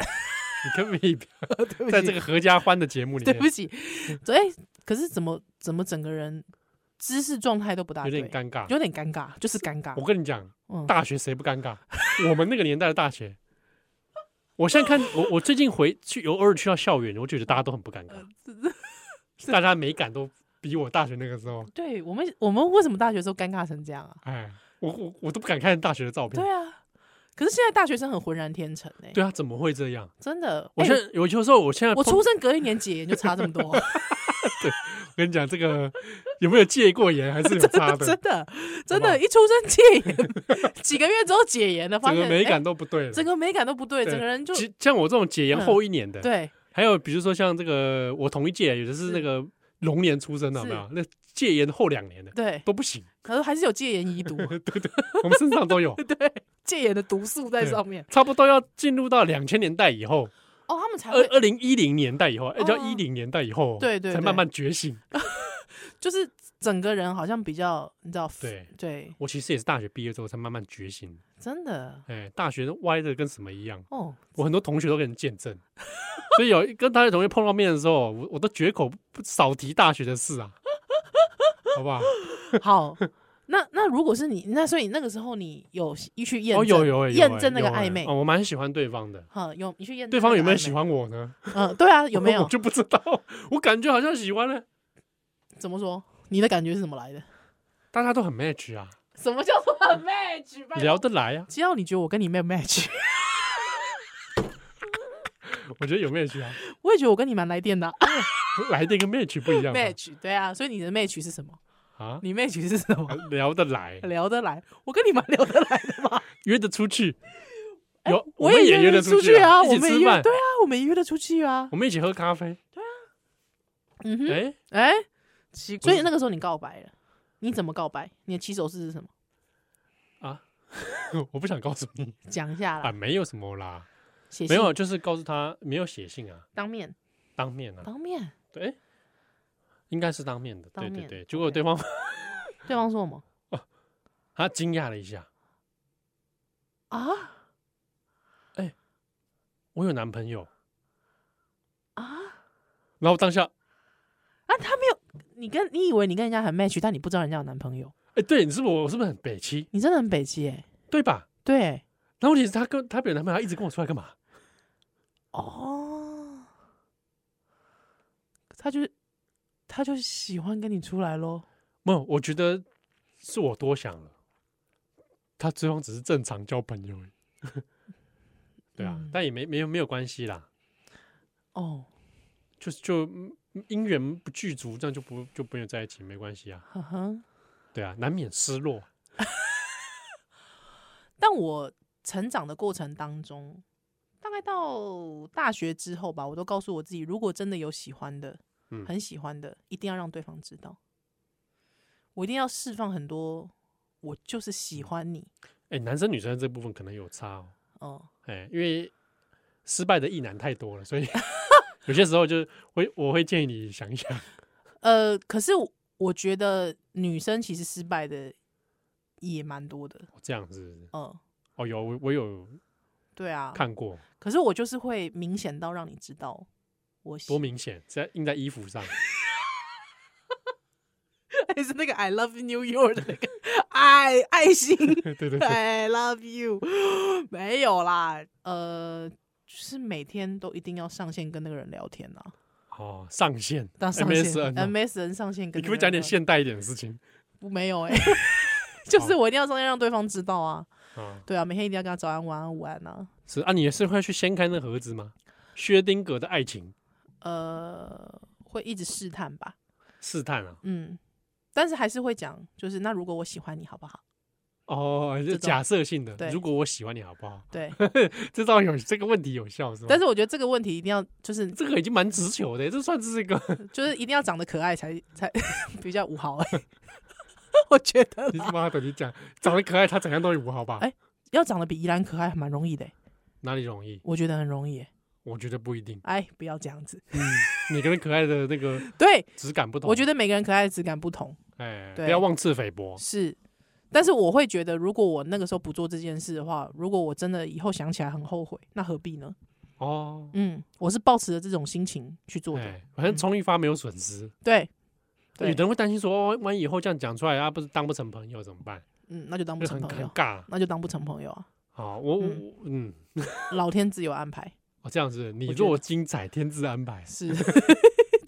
B: 你可不 可以不要
C: 对不
B: 在
C: 起
B: 这个合家欢的节目里
C: 对
B: 面
C: 不起，
B: 嗯
C: 对，哎可是怎么怎么整个人姿势状态都不大
B: 有
C: 啊对，
B: 点尴尬？
C: 有点尴尬，就是尴尬
B: 我。跟你讲，
C: 嗯，
B: 大学谁不尴尬？ 我们那个年代的大学，我现在看我我最近回去有偶尔去到校园，我觉得大家都很不尴
C: 呃
B: 尬，大家美感都比我大学那个时候，
C: 对我们我们为什么大学的时候尴尬成这样啊？
B: 哎，我我我都不敢看大学的照片
C: 对。啊，可是现在大学生很浑然天成哎、
B: 对啊，怎么会这样？
C: 真的。
B: 我
C: 哎
B: 现在有有时候，我现在
C: 我
B: 碰
C: 出生隔一年解严就差这么多，
B: 我跟你讲，这个有没有戒过盐还是有 差的，
C: 真的真
B: 好不好
C: 的，一出生戒严，几个月之后解严了，发
B: 整
C: 现
B: 个美
C: 哎
B: 感都不对了。
C: 整个美感都不对，整个人就嗯
B: 其像我这种解严后一年的，，
C: 对
B: 还有比如说像这个我同一届，有的是那个龙年出生的，有没有？那戒严后两年的
C: 对，
B: 都不行，
C: 可是还是有戒 严遗毒，
B: 我们身上 都有，
C: 戒严的毒素在
B: 对
C: 上面。
B: 差不多要进入到两千年代以后，
C: 哦，他们才
B: 二
C: 会
B: 二零一零年代以后，哎，叫
C: 哦
B: 一零年代以后，
C: 对对
B: 才
C: 对
B: 慢慢觉醒。
C: 就是整个人好像比较，你知道，
B: 对
C: 对，
B: 我其实也是大学毕业之后才慢慢觉醒，
C: 真的
B: 哎、大学都歪的跟什么一样，
C: 哦，
B: 我很多同学都跟人见证，所以有跟大学同学碰到面的时候，我我都绝口不少提大学的事啊，好不好？
C: 好。那那如果是你，那所以那个时候你有一去验
B: 哦，
C: 证，
B: 有有、欸、有
C: 验
B: 欸
C: 证那
B: 有
C: 个
B: 欸
C: 暧昧，
B: 哦，我蛮喜欢对方的，
C: 好、有你去验证
B: 对方
C: 那
B: 有
C: 个
B: 没有
C: 暧
B: 喜
C: 昧？
B: 欢我呢？
C: 嗯，对啊，有没
B: 我
C: 有？
B: 就不知道，我感觉好像喜欢呢，
C: 怎么说？你的感觉是怎么来的？
B: 大家都很 match 啊，
C: 什么叫做 match？拜托
B: 聊得来啊，
C: 只要你觉得我跟你没有 match，
B: 我觉得有 match 啊，
C: 我也觉得我跟你蛮来电的啊、
B: 来的跟 match 不一样吧
C: match。对啊，所以你的 match 是什 么？
B: 啊，
C: 你 match 是什么？
B: 聊得来，
C: 聊得来，我跟你蛮聊得来 的嘛。
B: 约得出去，有
C: 哎我
B: 们也
C: 约
B: 约
C: 得
B: 得
C: 出
B: 去
C: 啊，
B: 一
C: 我
B: 起
C: 们
B: 吃
C: 也约
B: 饭
C: 对，啊，我们也约得出去啊
B: 我。们一起喝咖啡，
C: 嗯哼，
B: 哎，
C: 哎、奇，
B: 不
C: 所以
B: 是
C: 那个时候你告白了，你怎么告白？你的起手式是什么？
B: 我不想告诉你
C: 讲一下
B: 啊，
C: 啦，
B: 没有什么啦，
C: 写
B: 没
C: 信
B: 有，啊就是告诉他没有写信啊，
C: 当面
B: 当面啊，
C: 当面，
B: 对，应该是当面的，对
C: 当
B: 对
C: 面
B: 对，结果
C: OK
B: 对方
C: 对方说什么
B: 他惊讶了一下，
C: 啊
B: 我有男朋友，
C: 啊
B: 然后当下。
C: 啊？他没有，你跟你以为你跟人家很 match，但你不知道人家有男朋友，
B: 哎、对，你是不是我是不是很北七？
C: 你真的很北极哎、
B: 对吧？
C: 对，
B: 然后问题是她跟她有男朋友，她一直跟我出来干嘛？
C: 哦，他就他就喜欢跟你出来喽。
B: 没有，我觉得是我多想了。她最终只是正常交朋友而已， 对啊，
C: 嗯
B: 但也没没有没有关系啦，
C: 哦，
B: 就是就嗯姻缘不具足，这样就不就不用在一起，没关系啊，
C: 呵呵。
B: 对啊，难免失落，
C: 但我成长的过程当中，大概到大学之后吧，我都告诉我自己，如果真的有喜欢的，
B: 嗯
C: 很喜欢的，一定要让对方知道。我一定要释放很多，我就是喜欢你。
B: 哎、男生女生这部分可能有差哦，
C: 哦，
B: 哎、因为失败的意男太多了，所以 有些时候就会我会建议你想一想，
C: 呃，可是我我觉得女生其实失败的也蛮多的。
B: 这样是不是？
C: 嗯、
B: 哦，有我我有
C: 对啊，
B: 看过，
C: 可是我就是会明显到让你知道我喜
B: 多明显，在印在衣服上。
C: 还 是那个 I love New York 的那个爱 爱心
B: 对对对，
C: I love you，没有啦，呃，就是每天都一定要上线跟那个人聊天啊，
B: 哦，上线
C: 当上线
B: MSN，哦
C: MSN 上线
B: 你
C: 跟
B: 可不
C: 那个
B: 可以讲
C: 人
B: 点
C: 聊
B: 现代一点的事情
C: 不 没有哎、就是我一定要上线让对方知道啊，
B: 啊？
C: 对啊，每天一定要跟他早安、晚安、午安啊，
B: 是啊，你也是会去掀开那盒子吗？薛丁格的爱情
C: 呃，会一直试探吧，
B: 试探啊，
C: 嗯，但是还是会讲，就是那如果我喜欢你好不好？
B: 哦，就
C: 种
B: 假设性的，
C: 对
B: 如果我喜欢你好不好？
C: 对，
B: 这倒有这个问题有效是吗？
C: 但是我觉得这个问题一定要就是
B: 这个已经蛮直球的，这算是一个
C: 就是一定要长得可爱才才 比较五好、 欸，我觉 得
B: 你
C: 啦
B: 他妈的你讲长得可爱，他怎样都有好吧？
C: 哎要长得比宜兰可爱还蛮容易的、欸，
B: 哪里容易？
C: 我觉得很容易、欸。
B: 我觉得不一定，
C: 哎，不要这样子。
B: 每个人可爱的那个
C: 对，
B: 质感不同。
C: 我觉得每个人可爱的质感不同，
B: 哎，不
C: 对
B: 要妄自菲薄。
C: 是。但是我会觉得，如果我那个时候不做这件事的话，如果我真的以后想起来很后悔，那何必呢？
B: 哦，
C: 嗯，我是抱持着这种心情去做的。
B: 哎，反正冲一发没有损失。
C: 对，
B: 有
C: 嗯对
B: 的，人会担心说，哦万一以后这样讲出来啊，不是当不成朋友怎么办？
C: 嗯，那就当不
B: 就
C: 成
B: 很
C: 朋
B: 很
C: 友，
B: 尬。
C: 那就当不成朋友啊。
B: 好，我我
C: 嗯
B: 我嗯，
C: 老天自有安排，
B: 哦这样子，你
C: 我觉
B: 若精彩，天自安排。
C: 是，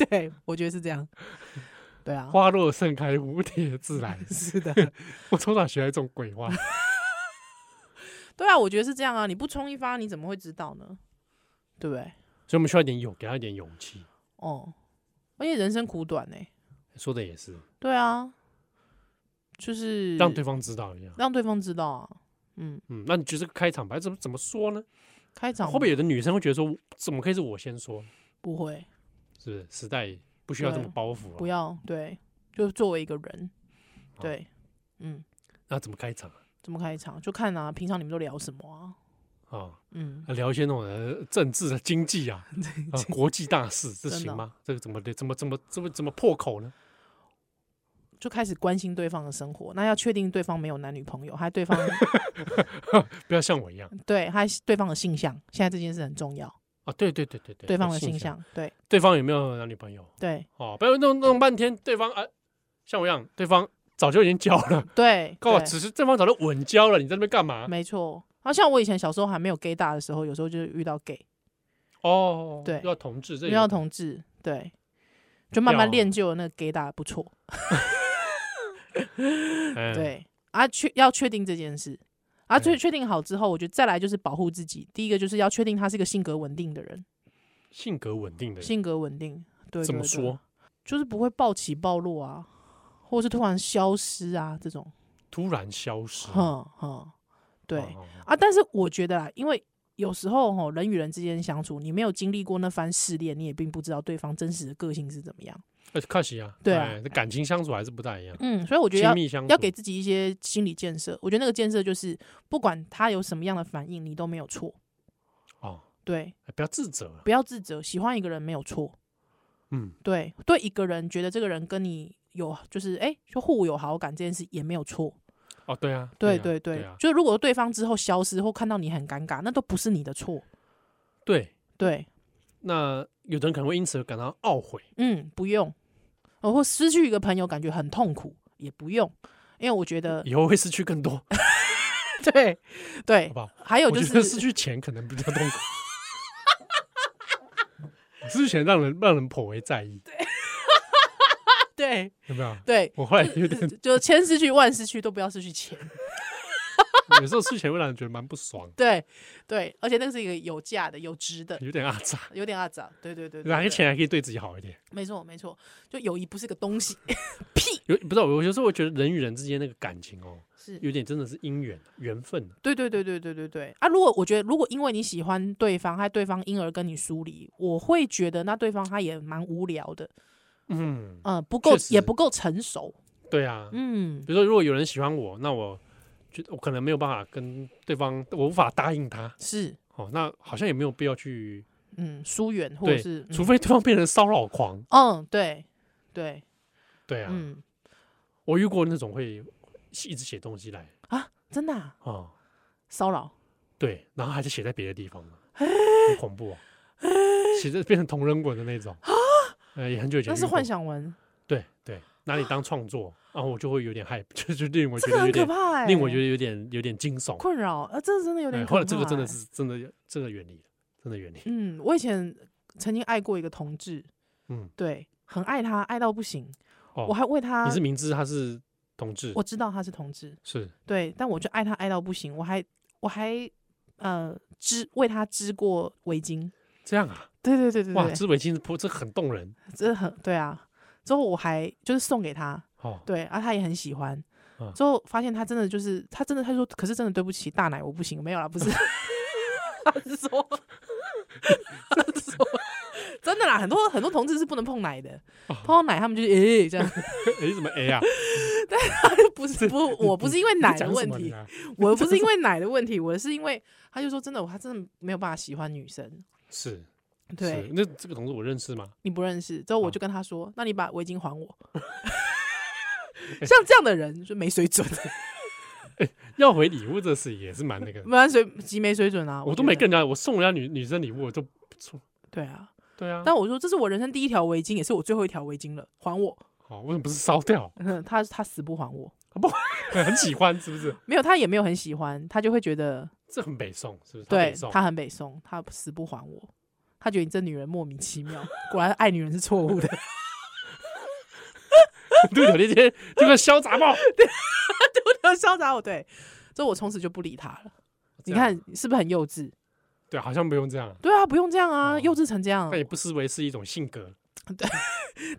C: 对，我觉得是这样。对啊，
B: 花落盛开，蝴蝶自来。
C: 是的，
B: 我从小学来这种鬼 话，
C: 对啊，我觉得是这样啊，你不冲一发，你怎么会知道呢？对不对？
B: 所以我们需要一点勇，给他一点勇气。
C: 哦，而且人生苦短呢、
B: 说的也是，
C: 对啊，就是
B: 让对方知道一下。
C: 让对方知道啊，嗯，
B: 嗯，那你觉得这个开场白怎么怎么说呢？
C: 开场
B: 会不会有的女生会觉得说，怎么可以是我先说？
C: 不会？
B: 哦是不是时代不需要这么
C: 对
B: 包袱、啊？
C: 不。要对，就作为一个人，
B: 好
C: 对，嗯，
B: 那怎么开场啊？
C: 怎么开场就看啊，平常你们都聊什么啊？
B: 哦
C: 嗯，
B: 聊一些那种呃政治啊、经济 啊、啊国际大事，这
C: 真的哦
B: 行吗？这个怎么怎么怎么怎么怎么破口呢？
C: 就开始关心对方的生活。那要确定对方没有男女朋友，还有对方
B: 不要像我一样
C: 对，还有对方的性向。现在这件事很重要，
B: 啊！对对对对对，
C: 对方的
B: 形
C: 性
B: 象，
C: 向，对
B: 对方有没有男女朋友？
C: 对
B: 哦，不要弄弄半天，对方啊，像我一样，对方早就已经交了，
C: 对，
B: 告
C: 对
B: 只是对方早就稳交了，你在那边干嘛？
C: 没错。好像我以前小时候还没有 gay 大的时候，有时候就是遇到 gay，
B: 哦，
C: 对
B: 又要同志，这
C: 遇
B: 也
C: 到
B: 有
C: 同志，对，就慢慢
B: 要啊
C: 练就了那个 gay 大，不错。
B: 哎
C: 对啊，确要确定这件事啊，
B: 对
C: 确确定好之后，我觉得再来就是保护自己。第一个就是要确定他是一个性格稳定的人，
B: 性格稳定的人，
C: 性格稳定，对，
B: 怎么
C: 对对
B: 说？
C: 就是不会暴起暴落啊，或者是突然消失啊这种，
B: 突然消失，
C: 哼哼，对
B: 嗯哦，
C: 啊。但是我觉得啊，因为有时候吼人与人之间相处，你没有经历过那番试炼，你也并不知道对方真实的个性是怎么样。
B: 哎，看谁啊？
C: 对啊
B: 哎感情相处还是不大一样，
C: 嗯，所以我觉得
B: 亲
C: 要
B: 密相处
C: 要给自己一些心理建设。我觉得那个建设就是，不管他有什么样的反应，你都没有错。
B: 哦，
C: 对，
B: 哎不要自责，
C: 不要自责，喜欢一个人没有错。
B: 嗯，
C: 对，对一个人觉得这个人跟你有就是哎、就互有好感这件事也没有错。
B: 哦，对啊，
C: 对
B: 对
C: 对
B: 啊
C: 对，
B: 啊，
C: 就如果对方之后消失或看到你很尴尬，那都不是你的错。
B: 对。
C: 对，
B: 那有的人可能会因此而感到懊悔，
C: 嗯，不用，哦，或失去一个朋友感觉很痛苦，也不用，因为我觉得
B: 以后会失去更多，
C: 对对
B: 好不，好？
C: 还有
B: 我
C: 哎就
B: 觉得失去钱可能比较 痛苦。失去钱让人让人颇为在意，
C: 对
B: 有没有？
C: 对，
B: 我后来有点，
C: 就千失去万失去都不要失去钱。
B: 有时候失去钱会让人觉得蛮不爽，
C: 对对，而且那个是一个有价的、有值的，
B: 有点阿杂。
C: 有点阿杂。对对对对，
B: 拿个
C: 对
B: 钱还可以对自己好一点。
C: 没错，没错，就友谊不是个 东西，
B: 有不知道，有有时候我觉得人与人之间那个感情哦，
C: 是
B: 有点真的是姻缘缘分。
C: 对对对对对对对啊！如果我觉得，如果因为你喜欢对方，害对方因而跟你疏离，我会觉得那对方他也蛮无聊的，
B: 嗯，
C: 嗯、不够
B: 确实
C: 也不够成熟，
B: 对啊。
C: 嗯，
B: 比如说，如果有人喜欢我，那我觉得我可能没有办法跟对方，我无法答应他。
C: 是，
B: 哦，那好像也没有必要去，
C: 嗯，疏远或者
B: 对
C: 是，，
B: 除非对方变成骚扰狂。
C: 嗯，嗯对对，
B: 对啊，
C: 嗯
B: 我遇过那种会一直写东西来
C: 啊，真的啊
B: 啊、哦
C: 骚扰，
B: 对，然后还是写在别的地方了，
C: 啊
B: 很恐怖哦，写在变成同人文的那种啊，呃，也很久以前
C: 那
B: 遇
C: 是
B: 过
C: 幻，想文，
B: 对对，拿你当创作，然后我就会有点害， 就就令我
C: 这
B: 觉
C: 个
B: 得有
C: 很可
B: 点，
C: 怕、欸，
B: 令我觉得有点有点惊悚，
C: 困扰啊，这个真的有点
B: 哎，
C: 可怕、
B: 后来这个真的
C: 欸，
B: 是真的真的远离了，真的远离，
C: 嗯，我以前曾经爱过一个同志，
B: 嗯，
C: 对，很爱他，爱到不行，
B: 哦
C: 我还为他
B: 你是，明知他是同志，
C: 啊我知道他是同志。
B: 是
C: 对，但我就爱他爱到不行，我还我还呃织为他织过围巾，
B: 这样啊，
C: 对对对对
B: 哇，
C: 对，
B: 织围巾不，这很动人
C: 这很对啊。之后我还就是送给他，
B: 哦，
C: 对，啊他也很喜欢
B: 嗯。
C: 之后发现他真的就是他真的他说，可是真的对不起大奶我不行，没有啦，不是， 他是说，他是说真的啦，很多很多同志是不能碰奶的，
B: 哦
C: 碰到奶他们就是诶、 这样，
B: 哎，什么哎呀，
C: 不是不我不是因为奶
B: 你
C: 的
B: 讲什
C: 问
B: 么你
C: 题，
B: 啊
C: 我不 是因为奶的问题，我是因为他就说真的，我他真的没有办法喜欢女生。
B: 是，是
C: 对，
B: 那这个同志我认识吗？
C: 你不认识，之后我
B: 啊
C: 就跟他说：“那你把围巾 还我。”像这样的人就没水准，
B: 要回礼物这事也是蛮那个的。
C: 蛮水极没水准啊！
B: 我都
C: 嗯觉
B: 没
C: 得
B: 跟人家，我送人家女女生礼物，我都不错。
C: 对啊，
B: 对啊，
C: 但我说这是我人生第一条围巾，也是我最后一条围巾了，还我。
B: 好、为什么不是烧掉？
C: 嗯 他他死不还我，
B: 很喜欢是不是？
C: 没有他也没有很喜欢，他就会觉得
B: 这很北宋是不是？他
C: 对
B: 北宋
C: 他很北宋，他死不还我，他觉得你这女人莫名其妙，果然爱女人是错误的。
B: 对有那天这个潇洒报，
C: 潇洒我对，所以我从此就不理他了。 你
B: 哦这样
C: 看是不是很幼稚？
B: 对，好像不用这样，
C: 对啊，不用这样啊，
B: 哦
C: 幼稚成这样
B: 那。也不失为是一种性格。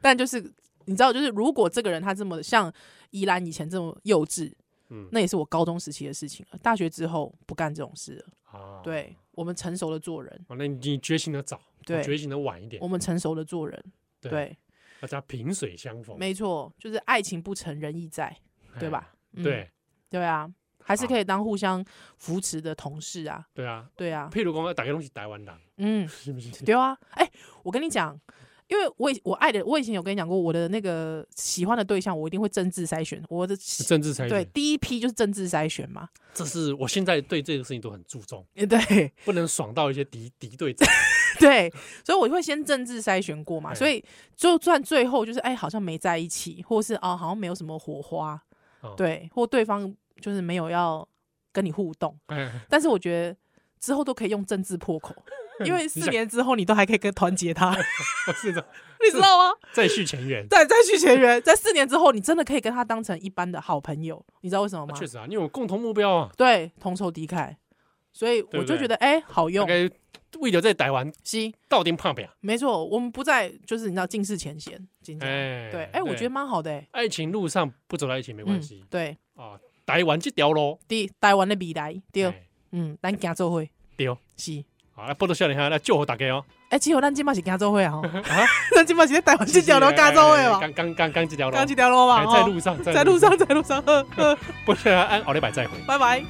C: 但就是你知道，就是如果这个人他这么像宜兰以前这么幼稚，
B: 嗯
C: 那也是我高中时期的事情了。大学之后不干这种事了。
B: 啊，
C: 对我们成熟了做人，
B: 哦，那你你觉醒的早，我
C: 对
B: 觉醒的晚一点
C: 我，们成熟了做人，
B: 对
C: 对，
B: 大家萍水相逢，
C: 没错，就是爱情不成仁义在，
B: 哎
C: 对？吧？嗯、
B: 对
C: 对啊，还是
B: 好
C: 可以当互相扶持的同事啊。
B: 对啊，
C: 对啊，
B: 譬如讲打开东西台湾人，
C: 嗯，
B: 是不是？
C: 对啊，哎、我跟你讲，因为我以我爱的，我以前有跟你讲过，我的那个喜欢的对象，我一定会政治筛选。我的喜
B: 政治才
C: 对，第一批就是政治筛选嘛，
B: 这是我现在对这个事情都很注重，
C: 呃对
B: 不能爽到一些敌敌对 者。
C: 对，所以我就会先政治筛选过嘛。
B: 哎
C: 所以就算最后就是哎，好像没在一起，或是啊、好像没有什么火花，
B: 哦，
C: 对，或对方就是没有要跟你互动，
B: 哎，
C: 但是我觉得之后都可以用政治破口，因为
B: 嗯你
C: 四
B: 想
C: 年之后你都还可以跟团 结他，
B: 我是的，
C: 你知道吗？
B: 再续前缘。
C: 对，再续前缘，在四年之后，你真的可以跟他当成一般的好朋友，你知道为什么
B: 啊
C: 吗？
B: 确实啊，因为我共同目标啊，
C: 对，同仇敌忾，所以
B: 对
C: 我
B: 不
C: 就
B: 对
C: 觉得哎、好
B: 大
C: 用，
B: 概为了在台湾
C: 是，
B: 到底怕不啊呀？
C: 没错，我们不再就是你知道尽释前嫌，今天、
B: 哎，
C: 对，哎、我觉得蛮好的、哎，
B: 爱情路上不走到一起没
C: 没
B: 关系
C: 嗯、对，
B: 啊，台湾这条路
C: 第台湾的未来，对，
B: 哎
C: 嗯，咱行做会
B: 对，
C: 是。
B: 好，来报道笑脸哈，来祝福大家哦。
C: 哎、只有咱今嘛是行做会 啊，吼
B: 啊，
C: 咱今嘛是在台湾这条路
B: 是
C: 行做会
B: 哎
C: 哦，
B: 刚刚刚刚这条路，
C: 刚这条路嘛，啊
B: 哎
C: 吼
B: 在路上，
C: 在路上，在路上，呵呵，
B: 不是啊按奥利百再回。
C: 拜拜。